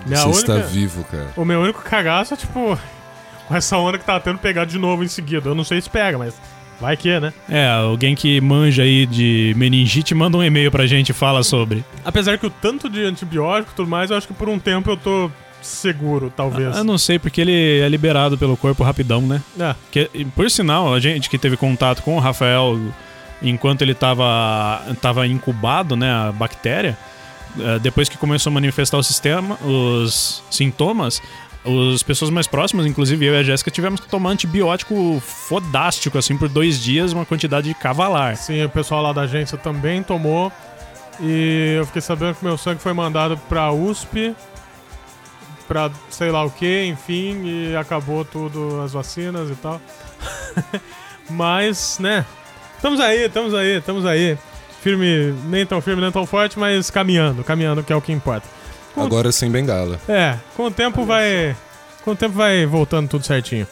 A: Minha
B: Você está
A: É única-
B: vivo, cara.
A: O meu único cagaço é, tipo, com essa onda que tá tendo pegar de novo em seguida. Eu não sei se pega, mas vai que, né?
D: É, alguém que manja aí de meningite, manda um e-mail pra gente e fala sobre.
A: Apesar que o tanto de antibiótico e tudo mais, eu acho que por um tempo eu tô seguro, talvez.
D: Ah, Eu não sei, porque ele é liberado pelo corpo rapidão, né?
A: É.
D: Que, e por sinal, a gente que teve contato com o Rafael enquanto ele tava, tava incubado, né, a bactéria, eh, depois que começou a manifestar o sistema, os sintomas, as pessoas mais próximas, inclusive eu e a Jéssica, tivemos que tomar antibiótico fodástico, assim, por dois dias, uma quantidade cavalar.
A: É, Sim, o pessoal lá da agência também tomou. E eu fiquei sabendo que meu sangue foi mandado pra USP, pra sei lá o que, enfim, e acabou tudo as vacinas e tal. mas, né, estamos aí, estamos aí, estamos aí. Firme, nem tão firme, nem tão forte, mas caminhando, caminhando que é o que importa. Com-
B: Agora sem bengala.
A: É, com o tempo vai. Com o tempo vai voltando tudo certinho.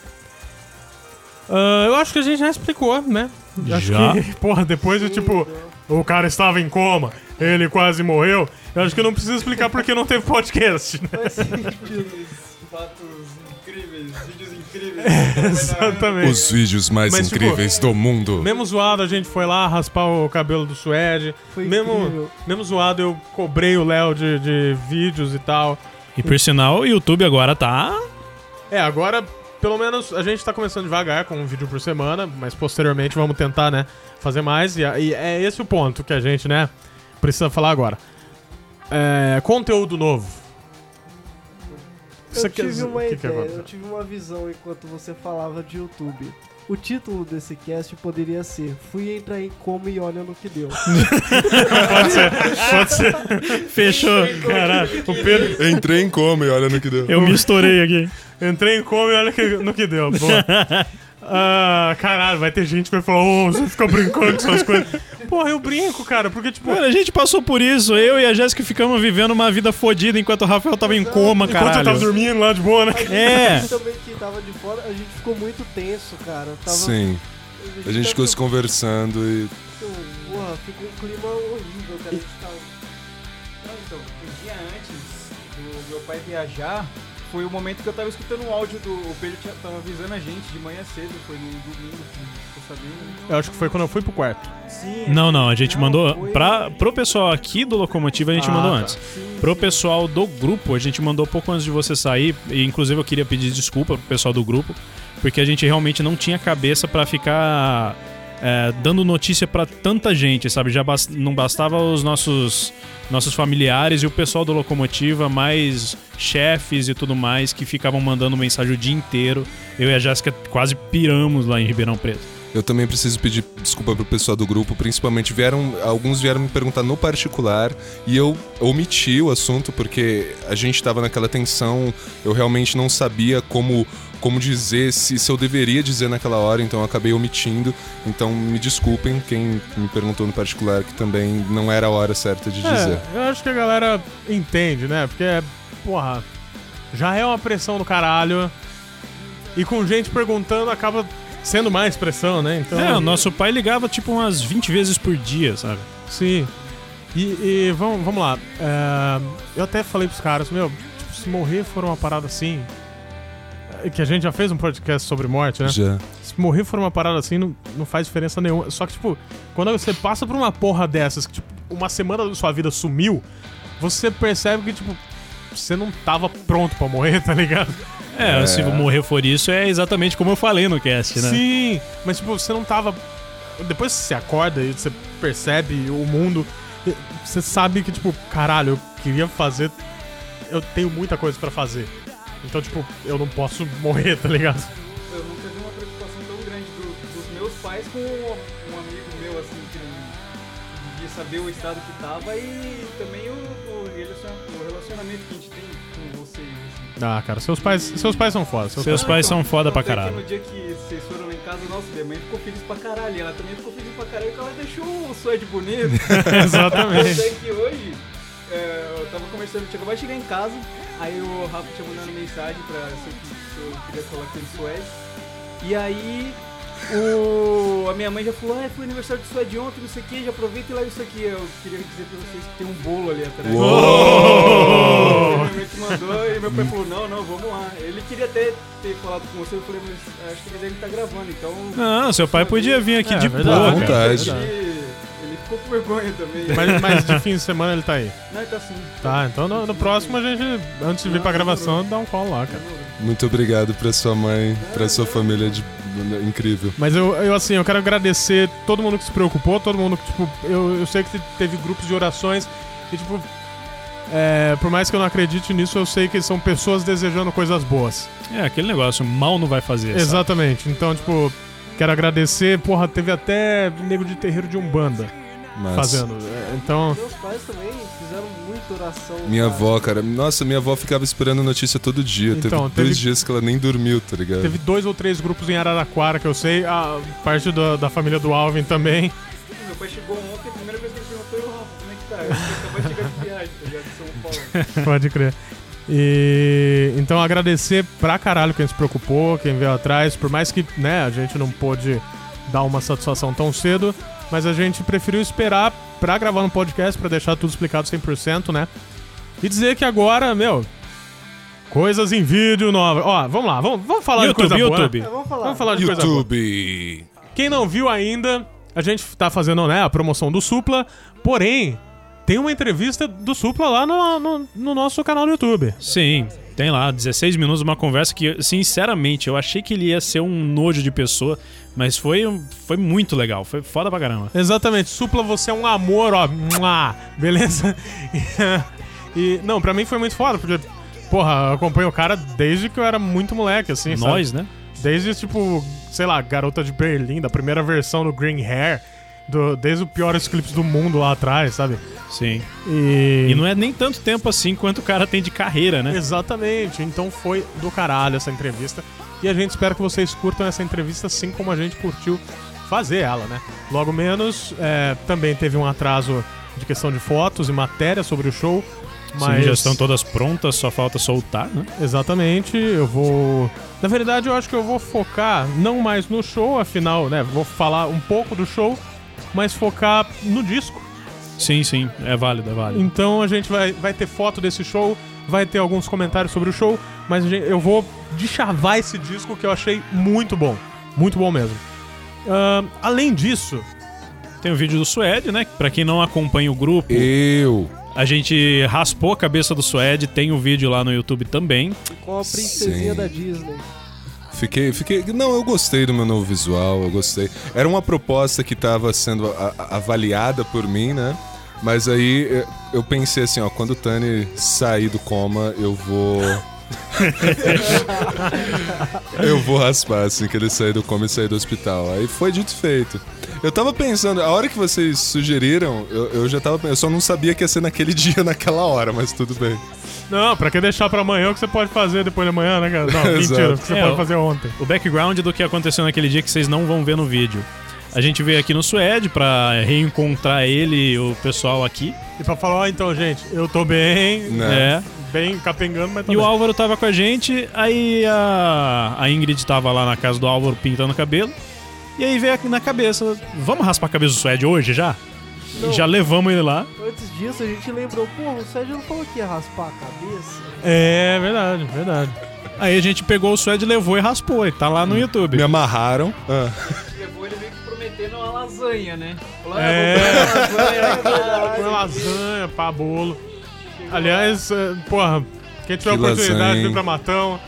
A: Ah, eu acho que a gente já explicou, né? Acho
D: Já?
A: que, porra, depois de tipo, o cara estava em coma, ele quase morreu. Eu acho que não precisa explicar porque não teve podcast. né?
C: Faz sentido.
F: Fatos incríveis, vídeos incríveis. Vai dar-
A: Exatamente.
B: Os vídeos mais
A: Mas, tipo,
B: incríveis do mundo.
A: Mesmo zoado, a gente foi lá raspar o cabelo do Suede.
C: Foi
A: Mesmo,
C: incrível.
A: mesmo zoado, eu cobrei o Léo de, de vídeos e tal.
D: E por sinal, o YouTube agora tá.
A: É, agora, pelo menos, a gente tá começando devagar com um vídeo por semana, mas posteriormente vamos tentar, né, fazer mais. E, e é esse o ponto que a gente, né, precisa falar agora. É, conteúdo novo. Você
C: Eu
A: quer
C: tive
A: dizer-
C: uma
A: é o que que
C: ideia, Tipo,
A: aconteceu?
C: eu tive uma visão enquanto você falava de YouTube. O título desse cast poderia ser Fui entrar em coma e olha no que deu.
A: Pode ser.
D: Fechou, caralho.
A: O Pedro.
B: Entrei em coma e olha no que deu.
D: Eu me estourei aqui.
A: Entrei em coma e olha que- no que deu. Boa. Ah, caralho, vai ter gente que vai falar, ô, você fica brincando com essas coisas. Porra, eu brinco, cara, porque, tipo,
D: Mano, a gente passou por isso. Eu e a Jéssica ficamos vivendo uma vida fodida enquanto o Rafael tava em coma,
A: enquanto eu tava
D: caralho.
A: dormindo lá de boa, né?
D: É.
C: também que tava de fora, a gente ficou muito tenso, cara. Tava,
B: Sim. A gente ficou se conversando e.
C: muito- Porra, ficou um clima horrível, cara. A gente tava...
F: Não, então, o dia antes do meu pai viajar, foi o momento que eu tava escutando o áudio do. O Pedro tinha- tava avisando a gente de manhã cedo, foi no domingo, que eu tô sabendo.
A: Eu acho que foi quando eu fui pro quarto.
F: Sim,
D: Não, não, a gente
F: Não,
D: mandou.
F: foi-
D: Pra, pro pessoal aqui do Locomotiva, a gente
A: Ah,
D: mandou
A: tá.
D: antes. Pro pessoal do grupo, a gente mandou pouco antes de você sair. E inclusive eu queria pedir desculpa pro pessoal do grupo, porque a gente realmente não tinha cabeça pra ficar é, dando notícia pra tanta gente, sabe? Já bas- não bastava os nossos nossos familiares e o pessoal do Locomotiva, mais chefes e tudo mais, que ficavam mandando mensagem o dia inteiro. Eu e a Jéssica quase piramos lá em Ribeirão Preto.
B: Eu também preciso pedir desculpa pro pessoal do grupo, principalmente vieram, alguns vieram me perguntar no particular e eu omiti o assunto porque a gente tava naquela tensão, eu realmente não sabia como como dizer se, se eu deveria dizer naquela hora, então eu acabei omitindo. Então me desculpem quem me perguntou no particular que também não era a hora certa de dizer.
A: É, eu acho que a galera entende, né? Porque, porra, já é uma pressão do caralho. E com gente perguntando acaba sendo mais pressão, né? Então,
D: É, o nosso pai ligava tipo umas 20 vezes por dia, sabe?
A: sim. E, e vamos, vamos lá. É, eu até falei pros caras, meu, tipo, se morrer for uma parada assim, Que a gente já fez um podcast sobre morte, né?
B: Já.
A: Se morrer for uma parada assim, não, não faz diferença nenhuma. Só que, tipo, quando você passa por uma porra dessas, que, tipo, uma semana da sua vida sumiu, você percebe que, tipo, você não tava pronto pra morrer, tá ligado?
D: É, se morrer for isso, é exatamente como eu falei no cast, né?
A: Sim, mas, tipo, você não tava. Depois que você acorda e você percebe o mundo, e você sabe que, tipo, caralho, eu queria fazer. Eu tenho muita coisa pra fazer. Então, tipo, eu não posso morrer, tá ligado?
F: Eu nunca vi uma preocupação tão grande do- dos meus pais com um, um amigo meu, assim, que não- de saber o estado que tava e também o, o relaciona- o relacionamento que a gente tem com vocês, assim.
A: Ah, cara, seus pais, seus pais são foda. Seus
D: Seus
A: pais-
D: pais são foda
F: Tanto
D: pra
F: é que
D: caralho.
F: No dia que vocês foram lá em casa, nossa, minha mãe ficou feliz pra caralho. Ela também ficou feliz pra caralho porque ela deixou o suede bonito.
A: Exatamente.
F: Tanto é que hoje é, eu tava conversando, tinha acabado de chegar em casa, aí o Rafa tinha mandado mensagem pra se eu, se eu queria falar com ele Suede. E aí o, a minha mãe já falou, ah, foi aniversário de Suede ontem, não sei o que, já aproveita e leva isso aqui. Eu queria dizer pra vocês que tem um bolo ali atrás. Minha mãe que mandou e meu pai falou, não, não, vamos lá. Ele queria até ter falado com você, eu falei, mas acho que ele deve estar gravando, então.
D: Não, seu pai podia vir aqui
A: É,
D: de
A: verdade.
D: boa,
B: À
D: cara.
B: vontade.
F: Ele, ele ficou com vergonha também.
A: Mas, mas de fim de semana ele tá aí.
F: Não, ele tá assim.
A: Tá, então no, no próximo a gente, antes de vir pra gravação, dá um call lá, cara.
B: Muito obrigado pra sua mãe, pra sua família de... incrível.
A: Mas eu, eu, assim, eu quero agradecer todo mundo que se preocupou, todo mundo que, tipo, eu, eu sei que teve grupos de orações e, tipo, é, por mais que eu não acredite nisso, eu sei que são pessoas desejando coisas boas.
D: É, aquele negócio, mal não vai fazer. sabe?
A: Exatamente. Então, tipo, quero agradecer. Porra, teve até nego de terreiro de Umbanda
B: Mas...
A: fazendo. É, Então,
C: Meus pais também fizeram muita oração.
B: Minha
C: cara.
B: avó, cara. Nossa, minha avó ficava esperando notícia todo dia.
A: Então,
B: teve, dois
A: teve-
B: dias que ela nem dormiu, tá ligado?
A: teve dois ou três grupos em Araraquara que eu sei, a parte da, da família do Alvin também.
F: Meu pai chegou ontem, a primeira vez que ele perguntou, eu, Rafa, como é que tá? Eu acabei de chegar de viagem, tá ligado? De São Paulo.
A: Pode crer. E então agradecer pra caralho quem se preocupou, quem veio atrás, por mais que, né, a gente não pôde dar uma satisfação tão cedo, mas a gente preferiu esperar pra gravar no podcast, pra deixar tudo explicado 100%, né? E dizer que agora, meu, coisas em vídeo nova. Ó, vamos lá, vamos, vamos falar de
D: YouTube,
A: coisa boa.
D: YouTube.
A: né?
C: É, vamos falar.
A: Vamos falar de coisa boa.
B: YouTube!
A: Quem não viu ainda, a gente tá fazendo né, a promoção do Supla, porém, tem uma entrevista do Supla lá no, no- no nosso canal do YouTube.
D: Sim, tem lá 16 minutos uma conversa que, sinceramente, eu achei que ele ia ser um nojo de pessoa, mas foi, um- foi muito legal, foi foda pra caramba.
A: Exatamente, Supla, você é um amor, ó. Mua, beleza? E, não, pra mim foi muito foda, porque, porra, eu acompanho o cara desde que eu era muito moleque, assim, sabe?
D: Nós, né?
A: Desde, tipo, sei lá, Garota de Berlim, da primeira versão do Green Hair, do- desde os piores clipes do mundo lá atrás, sabe?
D: Sim.
A: E,
D: E não é nem tanto tempo assim quanto o cara tem de carreira, né?
A: Exatamente. Então foi do caralho essa entrevista. E a gente espera que vocês curtam essa entrevista assim como a gente curtiu fazer ela, né? Logo menos, é, também teve um atraso de questão de fotos e matéria sobre o show. Mas
D: Sim, já estão todas prontas, só falta soltar, né?
A: Exatamente, eu vou. Na verdade, eu acho que eu vou focar não mais no show, afinal, né? Vou falar um pouco do show, mas focar no disco.
D: Sim, sim, é válido, é válido.
A: Então a gente vai, vai ter foto desse show, vai ter alguns comentários sobre o show, mas a gente- eu vou deschavar esse disco que eu achei muito bom. Muito bom mesmo. Ahn, além disso,
D: Tem o vídeo do Suede, né? Pra quem não acompanha o grupo,
B: Eu!
D: a gente raspou a cabeça do Suede, tem o vídeo lá no YouTube também.
C: Com a princesinha
B: Sim.
C: da Disney.
B: Fiquei, fiquei. Não, eu gostei do meu novo visual, eu gostei. Era uma proposta que estava sendo a- a- avaliada por mim, né? Mas aí eh, eu pensei assim, ó, quando o Tani sair do coma, eu vou. eu vou raspar assim que ele sair do coma e sair do hospital. Aí foi dito e feito. Eu tava pensando, a hora que vocês sugeriram, eu, eu já tava. Eu só não sabia que ia ser naquele dia, naquela hora, mas tudo bem.
A: não, pra que deixar pra amanhã o que você pode fazer depois de amanhã, né, cara? Não, mentira,
B: Exato.
A: o que você
D: É,
A: pode
D: o-
A: fazer ontem.
D: O background do que aconteceu naquele dia que vocês não vão ver no vídeo. A gente veio aqui no Suede pra reencontrar ele e o pessoal aqui.
A: E pra falar, ó, então, gente, eu tô bem,
B: Né?
D: É.
A: bem capengando, mas tô
D: E o
A: bem.
D: Álvaro tava com a gente, aí a, a Ingrid tava lá na casa do Álvaro pintando o cabelo. E aí veio aqui na cabeça, vamos raspar a cabeça do Suede hoje já?
C: Não.
D: E Já levamos ele lá.
C: Antes disso, a gente lembrou, pô, o Sérgio não falou que ia raspar a cabeça.
A: É verdade, verdade.
D: Aí a gente pegou o suede, levou e raspou. E tá lá no YouTube.
B: Me amarraram. Ah.
F: Levou ele meio que prometendo uma lasanha, né? Falou,
A: É.
F: ah, vou comer uma
B: É.
F: lasanha.
A: Põe lasanha, pá, bolo. Aliás, eh, porra, quem tiver
B: Que
A: oportunidade,
B: lasanha,
A: vem
B: hein?
A: pra Matão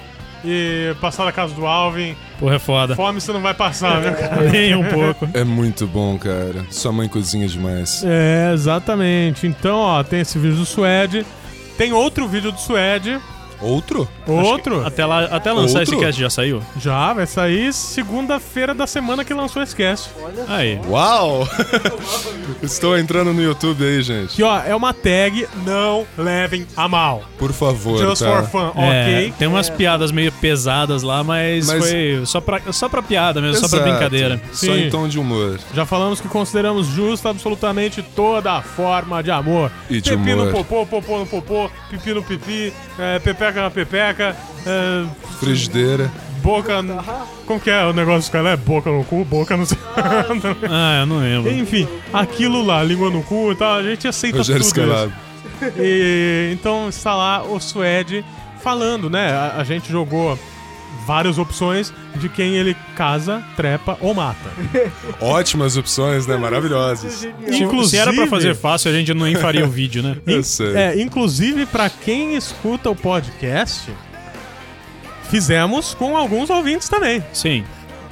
A: e passar na casa do Alvin.
D: Porra, é foda.
A: Fome você não vai passar, viu, cara?
D: Nem um pouco.
B: É muito bom, cara. Sua mãe cozinha demais.
A: É, exatamente. Então, ó, tem esse vídeo do Suede. Tem outro vídeo do Suede.
B: Outro?
A: Outro?
D: Até, lá, até lançar
B: Outro?
D: esse cast já saiu?
A: Já, vai sair segunda-feira da semana que lançou esse cast.
D: Aí.
B: Uau! Estou entrando no YouTube aí, gente.
A: Que, ó, é uma tag, não levem a mal.
B: Por favor,
A: Just
B: tá?
A: for fun,
D: É,
A: ok?
D: Tem umas piadas meio pesadas lá, mas,
B: Mas-
D: foi só pra, só pra piada mesmo, só pra
B: Exato.
D: brincadeira.
B: Só
A: Sim.
B: em tom de humor.
A: Já falamos que consideramos justa absolutamente toda a forma de amor.
B: E de
A: pipi no
B: humor.
A: popô, popô no popô, pipi no pipi, é, pepeca na pepeca, é,
B: Frigideira.
A: boca... no- Como que é o negócio que ela é? Boca no cu, boca no...
D: Ah, eu não lembro.
A: Enfim, aquilo lá, língua no cu e tal, a gente aceita
B: Rogério
A: Tá tudo isso.
B: Escalado.
A: E, então está lá o Suede falando, né? A, a gente jogou várias opções de quem ele casa, trepa ou mata.
B: Ótimas opções, né?
F: é
B: Maravilhosas.
D: Se- Se era pra
A: Inclusive-
D: fazer fácil, a gente não faria o vídeo, né?
B: Eu sei.
A: É, inclusive para quem escuta o podcast, fizemos com alguns ouvintes também.
D: Sim.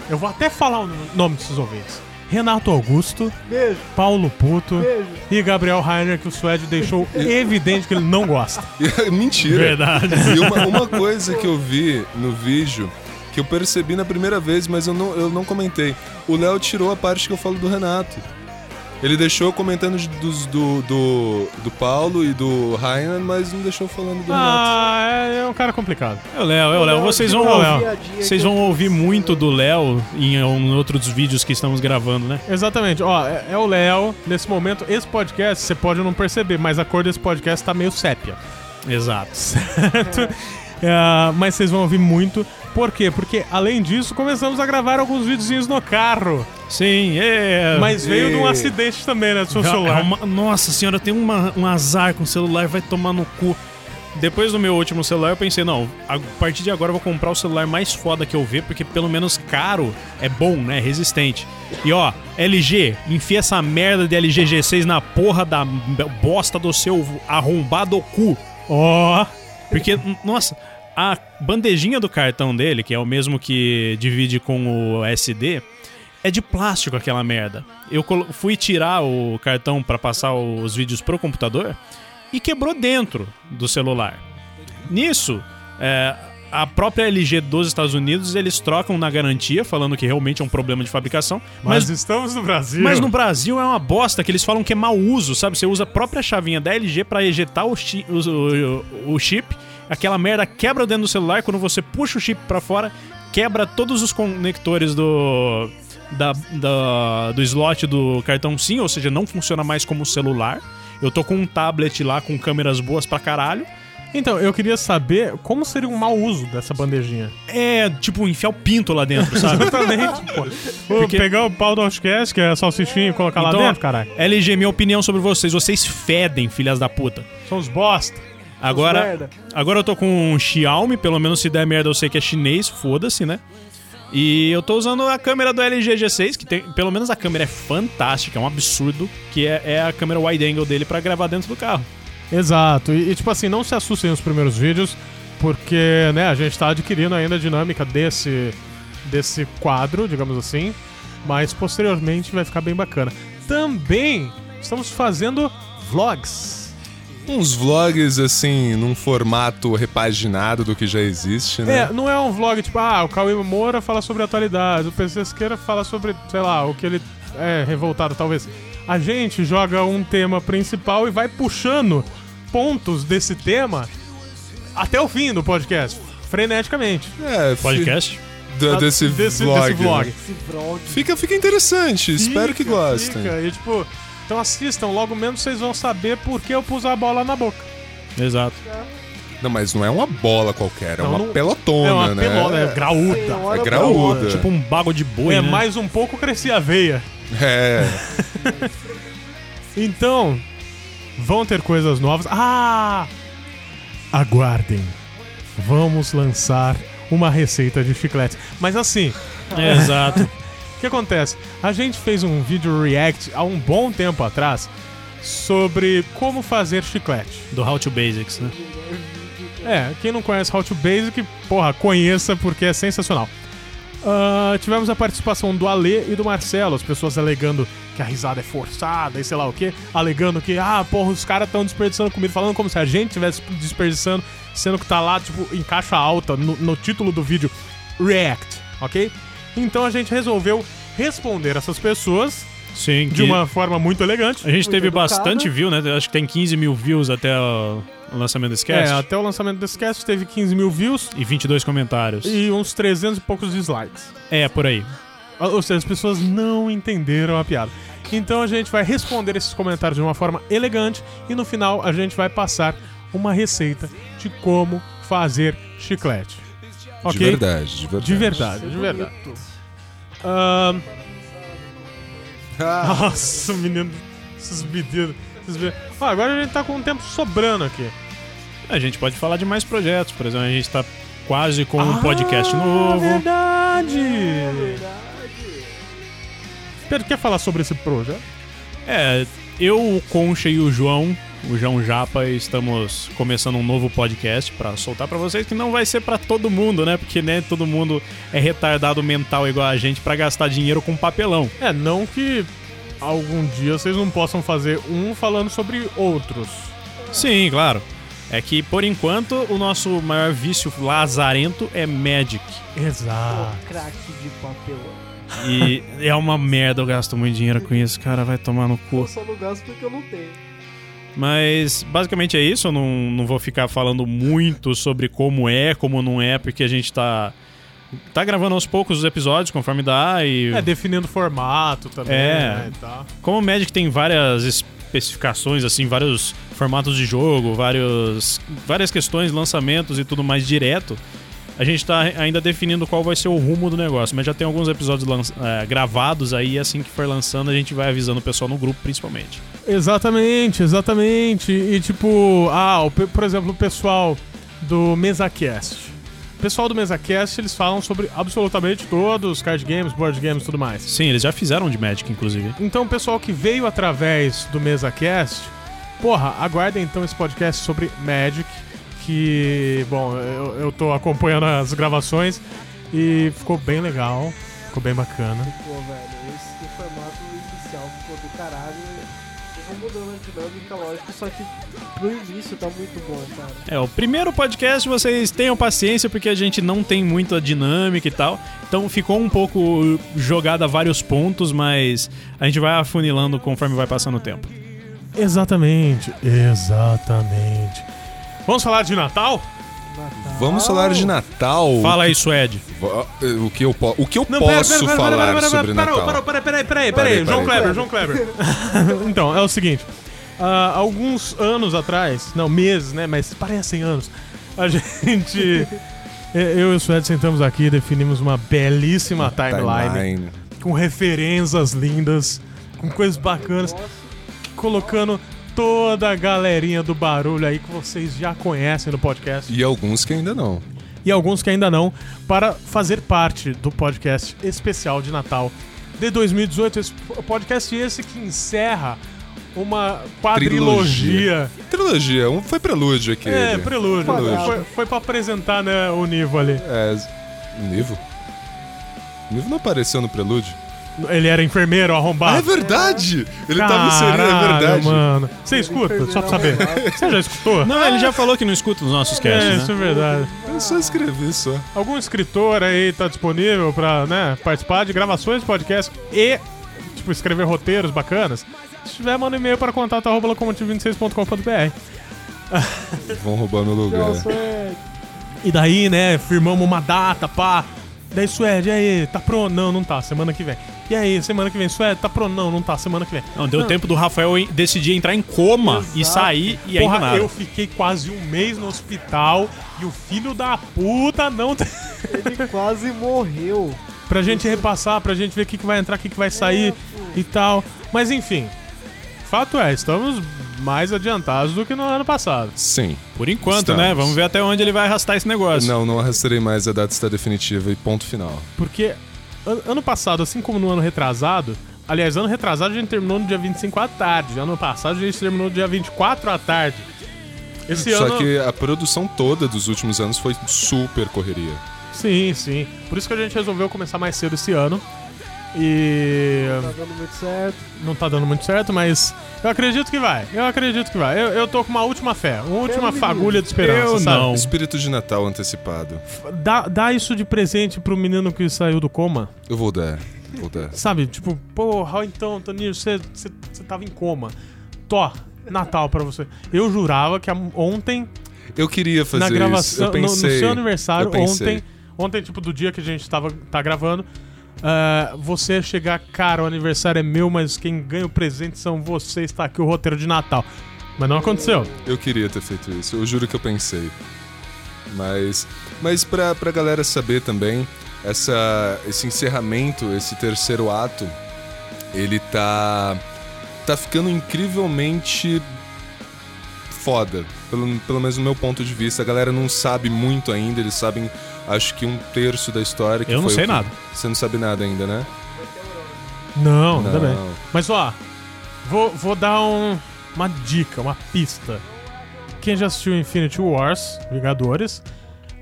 A: Eu vou até falar o nome desses ouvintes. Renato Augusto,
C: Beijo,
A: Paulo Puto
C: beijo.
D: Então
A: e Gabriel Rainer, que o Suede deixou evidente que ele não gosta.
B: Mentira.
D: Verdade.
B: E uma, uma coisa que eu vi no vídeo, que eu percebi na primeira vez, mas eu não, eu não comentei. O Léo tirou a parte que eu falo do Renato. Ele deixou comentando de- dos, do, do, do Paulo e do Rainan, mas não deixou falando do Renato.
A: Ah, é, é um cara complicado.
D: É o Léo, é o Léo. Vocês vão,
A: Ô, Léo.
D: ouvir, vocês vão ouvir muito do Léo em um- outros vídeos que estamos gravando, né?
A: Exatamente, ó, é, é o Léo. Nesse momento, esse podcast, você pode não perceber, mas a cor desse podcast tá meio sépia.
D: Exato.
A: certo? É, mas vocês vão ouvir muito. Por quê? Porque, além disso, começamos a gravar alguns videozinhos no carro.
D: Sim, é.
A: Mas veio de um
B: e-
A: acidente também, né? Do seu
D: É- é
A: celular.
D: uma- nossa senhora, tem uma- um azar com o celular, vai tomar no cu. Depois do meu último celular, eu pensei, não, a partir de agora eu vou comprar o celular mais foda que eu ver, porque pelo menos caro é bom, né? Resistente. E ó, LG, enfia essa merda de LG G6 na porra da bosta do seu arrombado cu. Ó. Porque, n- nossa, a bandejinha do cartão dele, que é o mesmo que divide com o SD, é de plástico aquela merda. Eu colo- fui tirar o cartão pra passar os vídeos pro computador e quebrou dentro do celular. Nisso, é, a própria LG dos Estados Unidos eles trocam na garantia, falando que realmente é um problema de fabricação, mas
A: Mas estamos no Brasil.
D: mas no Brasil é uma bosta que eles falam que é mau uso, sabe? Você usa a própria chavinha da LG pra ejetar o, chi- os- o- o- o chip, aquela merda quebra dentro do celular, quando você puxa o chip pra fora, quebra todos os conectores do. da- da- do slot do cartão SIM, ou seja, não funciona mais como celular. Eu tô com um tablet lá com câmeras boas pra caralho.
A: Então, eu queria saber como seria um mau uso dessa bandejinha.
D: É tipo enfiar o pinto lá dentro, sabe?
A: Exatamente, pô. Vou
D: Porque-
A: Pegar o pau do Outcast, que é salsichinha, e colocar lá dentro, caralho.
D: LG, minha opinião sobre vocês. Vocês fedem, filhas da puta.
A: São os bosta.
D: Agora,
C: merda.
D: agora eu tô com um Xiaomi, pelo menos se der merda eu sei que é chinês, foda-se, né? E eu tô usando a câmera do LG G6, que tem, pelo menos a câmera é fantástica, é um absurdo, que é, é a câmera wide angle dele pra gravar dentro do carro.
A: Exato. E, e, tipo assim, não se assustem nos primeiros vídeos, porque, né, a gente tá adquirindo ainda a dinâmica desse, desse quadro, digamos assim. Mas posteriormente vai ficar bem bacana. Também estamos fazendo vlogs.
B: Uns vlogs, assim, num formato repaginado do que já existe, né?
A: É, não é um vlog tipo, ah, o Cauê Moura fala sobre a atualidade, o PC Siqueira fala sobre, sei lá, o que ele é revoltado, talvez. A gente joga um tema principal e vai puxando pontos desse tema até o fim do podcast, freneticamente.
B: É, fi-
D: Podcast?
B: da- desse,
A: Ah, desse
B: vlog.
A: desse vlog.
B: né?
C: Esse vlog.
B: Fica, fica interessante, espero que
A: Fica,
B: gostem.
A: fica. E, tipo, então assistam, logo menos vocês vão saber por que eu pus a bola na boca.
D: Exato.
B: Não, mas não é uma bola qualquer, é
A: Não,
B: uma
A: não-
B: pelotona,
A: é uma
B: né?
A: pelota, é graúda.
C: Senhora
B: É graúda.
D: Tipo um bago de boi,
A: É,
D: né?
A: mais um pouco crescia a veia.
B: É.
A: Então, vão ter coisas novas. Ah! Aguardem. vamos lançar uma receita de chiclete. Mas assim,
D: É, Exato.
A: o que acontece? A gente fez um vídeo react há um bom tempo atrás sobre como fazer chiclete.
D: Do How to Basics, né?
A: É, quem não conhece How to Basic, porra, conheça porque é sensacional. Ah, tivemos a participação do Alê e do Marcelo, as pessoas alegando que a risada é forçada e sei lá o quê, alegando que, ah, porra, os caras estão desperdiçando comida, falando como se a gente estivesse desperdiçando, sendo que tá lá, tipo, em caixa alta, no, no título do vídeo, React, ok? Então a gente resolveu responder essas pessoas
D: Sim.
A: de
D: que-
A: uma forma muito elegante.
D: A gente teve
C: educada.
D: bastante view, né? Acho que tem 15 mil views até o o lançamento desse
A: É,
D: cast.
A: até o lançamento desse cast teve 15 mil views
D: E 22 comentários.
A: e uns 300 e poucos dislikes.
D: É, por aí.
A: Ah, Ou seja, as pessoas não entenderam a piada. Então a gente vai responder esses comentários de uma forma elegante e no final a gente vai passar uma receita de como fazer chiclete. Ok?
B: De verdade, de verdade.
A: De verdade, de verdade. Ahn,
B: Ah,
A: Nossa, menino. Esses bebidas. esses be- Ó, agora a gente tá com um tempo sobrando aqui.
D: A gente pode falar de mais projetos. Por exemplo, a gente tá quase com um podcast novo.
A: Ah, é né? Verdade! Pedro, quer falar sobre esse projeto?
D: É, eu, o Concha e o João, o João Japa, estamos começando um novo podcast pra soltar pra vocês, que não vai ser pra todo mundo, né? Porque nem todo mundo é retardado mental igual a gente pra gastar dinheiro com papelão.
A: É, não que algum dia vocês não possam fazer um falando sobre outros.
D: Sim, claro. É que, por enquanto, o nosso maior vício lazarento é Magic.
A: Exato.
C: Craque de papelão.
D: E é uma merda, eu gasto muito dinheiro com isso, cara, vai tomar no cu.
C: Eu só não gasto porque eu não tenho.
D: Mas basicamente é isso. Eu não, não vou ficar falando muito sobre como é, como não é, porque a gente tá. Tá gravando aos poucos os episódios, conforme dá. E
A: É, definindo formato também,
D: É.
A: né, e tal.
D: como o Magic tem várias especificações, assim, vários formatos de jogo, vários, várias questões, lançamentos e tudo mais direto, a gente tá ainda definindo qual vai ser o rumo do negócio. Mas já tem alguns episódios lança- eh, gravados aí, e assim que for lançando, a gente vai avisando o pessoal no grupo, principalmente.
A: Exatamente, exatamente. E tipo, ah, o pe- por exemplo, o pessoal do MesaCast. O pessoal do MesaCast, eles falam sobre absolutamente todos, card games, board games e tudo mais.
D: Sim, eles já fizeram de Magic, inclusive.
A: Então, o pessoal que veio através do MesaCast, porra, aguardem então esse podcast sobre Magic, que, bom, eu, eu tô acompanhando as gravações e ficou bem legal, ficou bem bacana.
C: Pô, velho, esse formato inicial ficou do caralho. Eu vou mudando a dinâmica, lógico, só que no início tá muito bom, cara.
D: É, o primeiro podcast vocês tenham paciência porque a gente não tem muita dinâmica e tal. Então ficou um pouco jogado a vários pontos, mas a gente vai afunilando conforme vai passando o tempo.
A: Exatamente, exatamente. Vamos falar de Natal?
B: Vamos falar de Natal.
D: Fala aí, Suede.
B: Va- eh, O que eu, po- o que eu posso falar sobre Natal?
A: Parou, parou, peraí, peraí, peraí.
B: Parei,
A: João Kleber,
B: parei,
A: João Kleber. então, é o seguinte. ah, alguns anos atrás, não, meses, né? Mas parecem anos. A gente. eh, Eu e o Suede sentamos aqui e definimos uma belíssima timeline
B: Timeline.
A: com referências lindas, com coisas bacanas, colocando toda a galerinha do barulho aí que vocês já conhecem no podcast
B: E alguns que ainda não.
A: e alguns que ainda não, para fazer parte do podcast especial de Natal de 2018. Esse podcast esse que encerra uma quadrilogia.
B: Trilogia, um foi prelúdio aquele.
A: É, prelúdio.
B: Prelúdio.
A: Foi, foi pra apresentar né, o Nivo ali.
B: É, z- Nivo? Nivo não apareceu no prelúdio?
A: Ele era enfermeiro
B: Ah, é
A: arrombado.
B: verdade! Ele tava inserido, é
A: Caralho,
B: verdade.
A: mano. Você escuta, só pra saber. Você já escutou?
D: Não, ele já falou que não escuta os nossos
A: É,
D: casts,
A: isso
D: né?
A: é verdade.
B: Eu só escrevi só.
A: Algum escritor aí tá disponível pra né, participar de gravações de podcast e tipo, escrever roteiros bacanas? Se tiver, manda um e-mail para contato.locomotivo26.com.br.
B: Vão roubar meu lugar.
C: Nossa, é.
A: E daí, né, firmamos uma data, pá. Daí, Suede, e aí, tá pronto? Não, não tá, semana que vem. E aí, semana que vem, Suede, tá pronto? Não, não tá, semana que vem.
D: Não, deu tempo do Rafael em- decidir entrar em coma e sair e ainda
A: Porra,
D: nada.
A: eu fiquei quase um mês no hospital e o filho da puta não. tem-
C: Ele quase morreu.
A: pra gente repassar, pra gente ver o que, que vai entrar, o que, que vai sair e tal. Mas enfim, fato é, estamos mais adiantados do que no ano passado.
B: Sim.
D: Por enquanto,
B: Estamos.
D: né? Vamos ver até onde ele vai arrastar esse negócio.
B: Não, não arrastarei mais, a data está definitiva e ponto final.
A: Porque an- ano passado, assim como no ano retrasado, aliás, ano retrasado a gente terminou no dia 25 à tarde, ano passado a gente terminou no dia 24 à tarde. Esse
B: Só
A: ano.
B: que a produção toda dos últimos anos foi super correria.
A: Sim, sim. Por isso que a gente resolveu começar mais cedo esse ano. E
C: Tá dando muito certo.
A: não tá dando muito certo, mas eu acredito que vai. Eu acredito que vai. Eu, eu tô com uma última fé, uma última fagulha de esperança.
D: Eu
A: sabe? Tipo,
D: não.
B: Espírito de Natal antecipado.
A: Dá, dá isso de presente pro menino que saiu do coma.
B: Eu vou dar, vou dar.
A: Sabe? Tipo, porra, então, Toninho, você você- você tava em coma. Tó, Natal pra você. Eu jurava que a- ontem,
B: Eu queria fazer
A: na
B: isso.
A: gravação,
B: Eu
A: no-
B: pensei,
A: no, seu
B: eu
A: aniversário,
B: pensei.
A: ontem, ontem, tipo, do dia que a gente tava, tá gravando, ah, você chegar, cara, o aniversário é meu, mas quem ganha o presente são vocês, tá aqui o roteiro de Natal. Mas não aconteceu.
B: Eu queria ter feito isso, eu juro que eu pensei. Mas, mas pra, pra galera saber também, essa, esse encerramento, esse terceiro ato, ele tá. tá ficando incrivelmente foda. Pelo, pelo menos no meu ponto de vista. A galera não sabe muito ainda, eles sabem acho que um terço da história. Que
D: Eu não
B: foi o
D: sei
B: que-
D: nada.
B: Você não sabe nada ainda, né?
A: Não, ainda
B: Não.
A: bem. Mas ó, vou, vou dar um- uma dica, uma pista. Quem já assistiu Infinity Wars, Vingadores,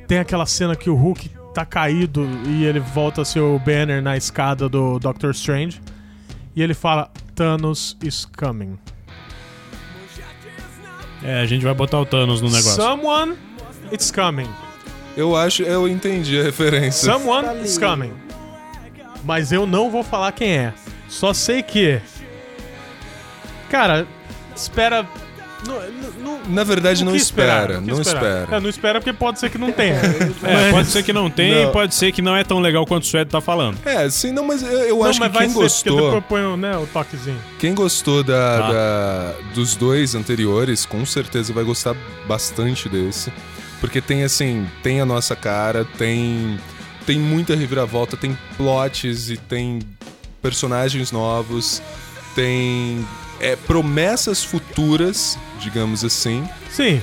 A: tem aquela cena que o Hulk tá caído e ele volta a ser o banner na escada do Doctor Strange. E ele fala: Thanos is coming.
D: É, a gente vai botar o Thanos no Um negócio.
A: Someone it's coming.
B: Eu acho, eu entendi a referência.
A: Someone is coming. Mas eu não vou falar quem é. Só sei que. Cara, espera. Não- não- não-
B: Na verdade,
A: o
B: não
A: que esperar?
B: espera,
A: O que
B: não
A: esperar?
B: espera.
A: É, não espera porque pode ser que não tenha.
D: É, pode ser que não tenha
B: Não.
D: e pode ser que não é tão legal quanto o Suede tá falando.
B: É, sim, não, mas eu, eu
A: não,
B: acho
A: mas
B: que
A: vai
B: quem
A: ser, porque
B: gostou,
A: depois põe o, né, o toquezinho.
B: quem gostou da,
D: Tá.
B: da- dos dois anteriores, com certeza vai gostar bastante desse, porque tem assim, tem a nossa cara, tem tem muita reviravolta, tem plots e tem personagens novos, tem é, promessas futuras, digamos assim,
A: Sim.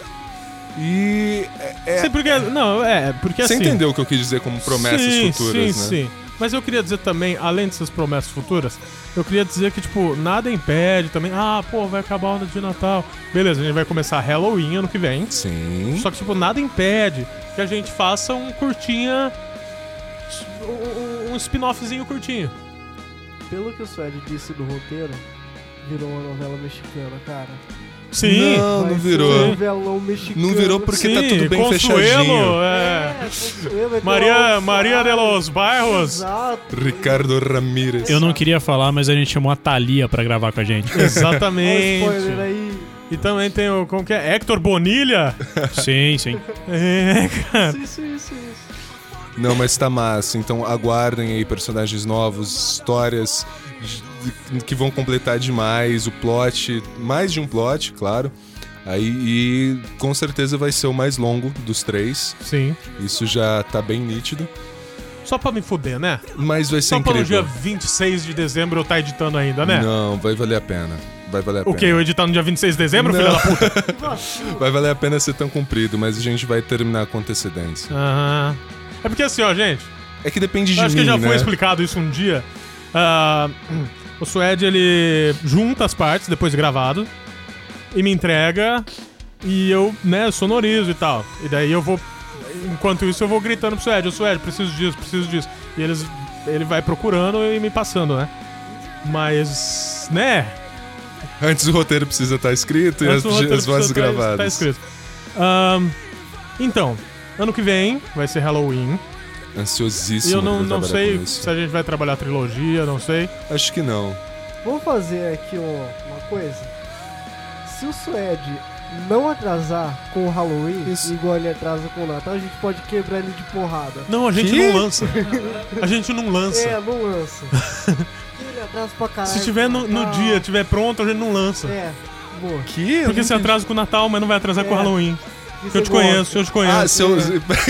B: e é, é-
A: Sim, porque. Não, é, porque
B: você
A: assim.
B: entendeu o que eu quis dizer como promessas
A: sim,
B: futuras,
A: sim,
B: né?
A: Sim, Mas eu queria dizer também, além dessas promessas futuras, eu queria dizer que, tipo, nada impede também. Ah, pô, vai acabar o ano de Natal. Beleza, a gente vai começar Halloween ano que vem.
B: Sim.
A: Só que, tipo, nada impede que a gente faça um curtinha. um- Um spin-offzinho curtinho.
C: Pelo que o Suede disse no roteiro, virou uma novela mexicana, cara.
A: Sim.
B: Não, tá não
C: Vai ser Um
B: virou.
C: novelão mexicano.
B: Não virou porque tá
A: Sim,
B: tudo bem
A: Consuelo,
B: fechadinho.
A: é.
C: Consuelo, vai ter
A: Maria,
C: um
A: Maria de los Bairros.
C: Exato.
B: Ricardo Ramírez.
D: Eu não queria falar, mas a gente chamou a Thalia pra gravar com a gente.
C: Olha o spoiler
A: Exatamente.
C: aí.
A: E também tem o. Como que é? Hector Bonilha?
D: sim, sim.
A: É, cara.
C: Isso, isso, isso.
B: Não, mas tá massa. Então aguardem aí personagens novos, histórias de- que vão completar demais o plot, mais de um plot, claro. Aí e com certeza vai ser o mais longo dos três.
A: Sim.
B: Isso já tá bem nítido,
A: Só pra me fuder, né?
B: mas vai ser
A: Só pra no dia
B: é incrível.
A: 26 de dezembro eu tá editando ainda, né?
B: Não, vai valer a pena. Vai valer a
A: O que?
B: pena.
A: Eu editar no dia 26 de dezembro,
B: Não.
A: filha da puta?
B: Vai valer a pena ser tão comprido, mas a gente vai terminar com antecedência.
A: Aham. É porque assim, ó, gente.
B: É que depende de
A: Eu acho
B: mim,
A: que já foi
B: né?
A: explicado isso um dia. Ah, o Suede, ele junta as partes depois de gravado e me entrega e eu, né, sonorizo e tal. E daí eu vou, enquanto isso, eu vou gritando pro Suede, ô Suede, preciso disso, preciso disso. E eles, ele vai procurando e me passando, né? Mas, né,
B: Antes o roteiro precisa estar escrito
A: Antes do
B: e as- as,
A: roteiro
B: vozes
A: precisa tá-
B: gravadas.
A: Tá escrito. Ahn, então, ano que vem vai ser Halloween. E
B: Ansiosíssimo.
A: eu não,
B: pra
A: não
B: trabalhar
A: sei
B: com isso.
A: se é- a gente vai trabalhar a trilogia, não sei.
B: Acho que não.
C: Vamos fazer aqui um- uma coisa. Se o Suede não atrasar com o Halloween,
B: Isso.
C: igual ele atrasa com o Natal, a gente pode quebrar ele de porrada.
A: Não, a gente
B: Que?
A: não lança. A gente não lança.
C: É, não lança. ele atrasa pra caralho.
A: se tiver no,
C: com o
A: no
C: Natal.
A: dia, tipo. tiver pronto, a gente não lança.
C: É, boa.
B: Que?
A: Porque você atrasa com o Natal, mas não vai atrasar com o
C: É.
A: Halloween.
C: Isso
A: Eu
C: é
A: te
C: bom.
A: conheço, eu te conheço.
B: Ah, se eu...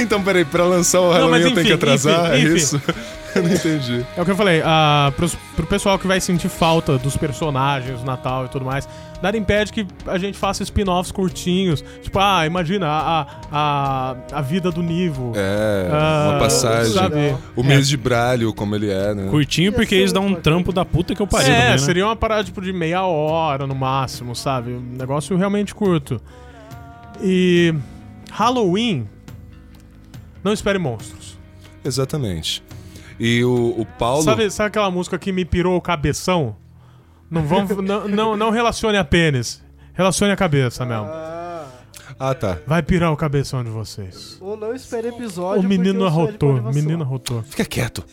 B: então peraí, pra lançar o Halloween
A: mas
B: eu tenho
A: enfim,
B: que atrasar?
A: enfim,
B: é
A: enfim.
B: isso? Eu não entendi.
A: É o que eu falei, ah, pros, pro pessoal que vai sentir falta dos personagens, Natal e tudo mais, nada impede que a gente faça spin-offs curtinhos. Tipo, ah, imagina a, a, a, a vida do Nivo.
B: É,
A: Ah,
B: uma passagem.
A: sabe? É.
B: O mês de bralho, como ele é, né?
D: Curtinho,
C: Ia
D: porque
C: ser
D: eles dão um
C: outra
D: trampo da puta que eu pariu.
A: é,
D: também, né?
A: seria uma parada tipo, de meia hora no máximo, sabe? Um negócio realmente curto. E Halloween, não espere monstros.
B: Exatamente. E o, o Paulo.
A: Sabe, sabe aquela música que me pirou o cabeção? Não, vamos, não, não, não relacione a pênis, relacione a cabeça mesmo.
C: Ah,
B: Ah, tá.
A: Vai pirar o cabeção de vocês.
C: ou não espere episódio.
A: O
C: porque
A: menino
C: eu sou
A: arrotou,
C: animação.
A: menino arrotou.
B: Fica quieto.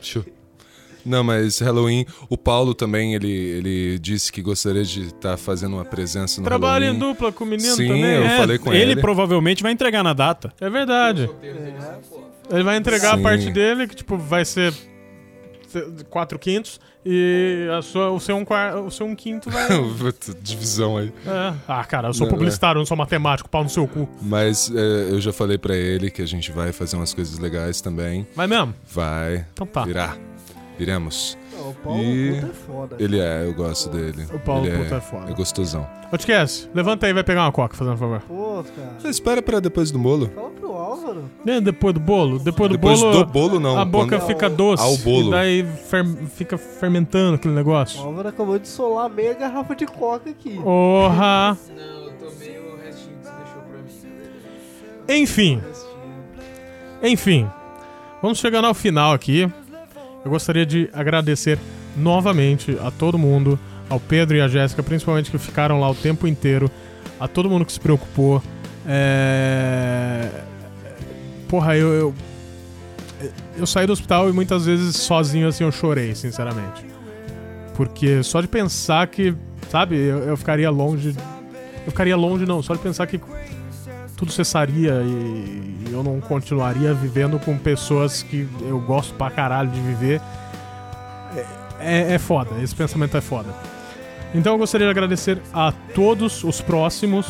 B: Tchu. Não, mas Halloween, o Paulo também, ele, ele disse que gostaria de estar fazendo uma presença no
A: Trabalha em
B: Halloween.
A: dupla com o menino
B: Sim,
A: também.
B: eu
A: é,
B: falei com
D: ele
B: ele.
D: provavelmente vai entregar na data.
A: É verdade. Ele vai entregar
B: Sim.
A: a parte dele, que tipo, vai ser 4 quintos, e a sua, o, seu um quar- o seu um quinto vai.
B: Puta, Divisão aí.
A: É. Ah, cara, eu sou
B: Não, né?
A: publicitário, eu não sou matemático, pau no seu cu.
B: Mas é, eu já falei pra ele que a gente vai fazer umas coisas legais também.
A: Vai mesmo?
B: Vai.
A: Então tá.
B: Virar. Viremos.
C: Não, o Paulo
B: E-
C: Puta é foda.
B: Ele é, eu gosto dele.
A: O Paulo
B: ele
A: Puta é foda.
B: É gostosão.
A: Ô, Tiquesse, levanta aí e vai pegar uma coca, fazendo um favor.
C: Pô, cara.
B: Você espera pra depois do bolo?
C: Fala pro Álvaro.
A: E Né, Depois do bolo? Depois do
B: depois
A: bolo.
B: do bolo, não.
A: a boca
B: Quando-
A: fica doce.
B: Ao bolo.
A: E daí fer- fica fermentando aquele
C: O
A: negócio.
C: Álvaro acabou de solar meia garrafa de coca aqui.
A: Porra!
E: Não, eu tomei o restinho que você deixou pra mim.
A: Enfim. Enfim. Vamos chegando ao final aqui. Eu gostaria de agradecer novamente a todo mundo, ao Pedro e à Jéssica, principalmente que ficaram lá o tempo inteiro, a todo mundo que se preocupou. É... Porra, eu, eu. Eu saí do hospital e muitas vezes sozinho assim eu chorei, sinceramente. Porque só de pensar que, sabe, eu, eu ficaria longe. Eu ficaria longe, não, só de pensar que tudo cessaria e eu não continuaria vivendo com pessoas que eu gosto pra caralho de viver. É, é- é foda, esse pensamento é foda. Então eu gostaria de agradecer a todos os próximos,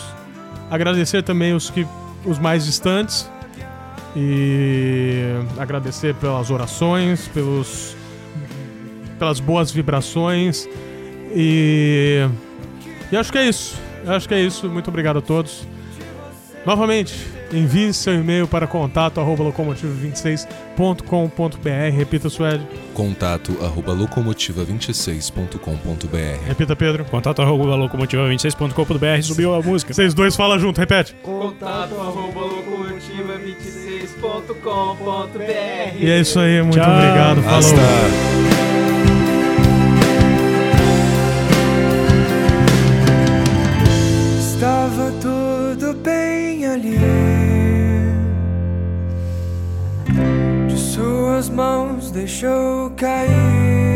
A: agradecer também os que os mais distantes e agradecer pelas orações, pelos pelas boas vibrações e e acho que é isso. Eu acho que é isso. Muito obrigado a todos. Novamente, envie seu e-mail para contato arroba locomotivo26.com.br. Repita, Suede.
B: Contato arroba locomotiva26.com.br.
A: Repita, Pedro.
D: Contato arroba locomotiva26.com.br subiu a música.
A: Vocês dois falam junto, repete.
F: Contato arroba locomotiva26.com.br
A: E é isso aí, muito
D: Tchau.
A: obrigado. Falou.
B: Hasta.
G: Estava tudo bem ali. De suas mãos deixou cair.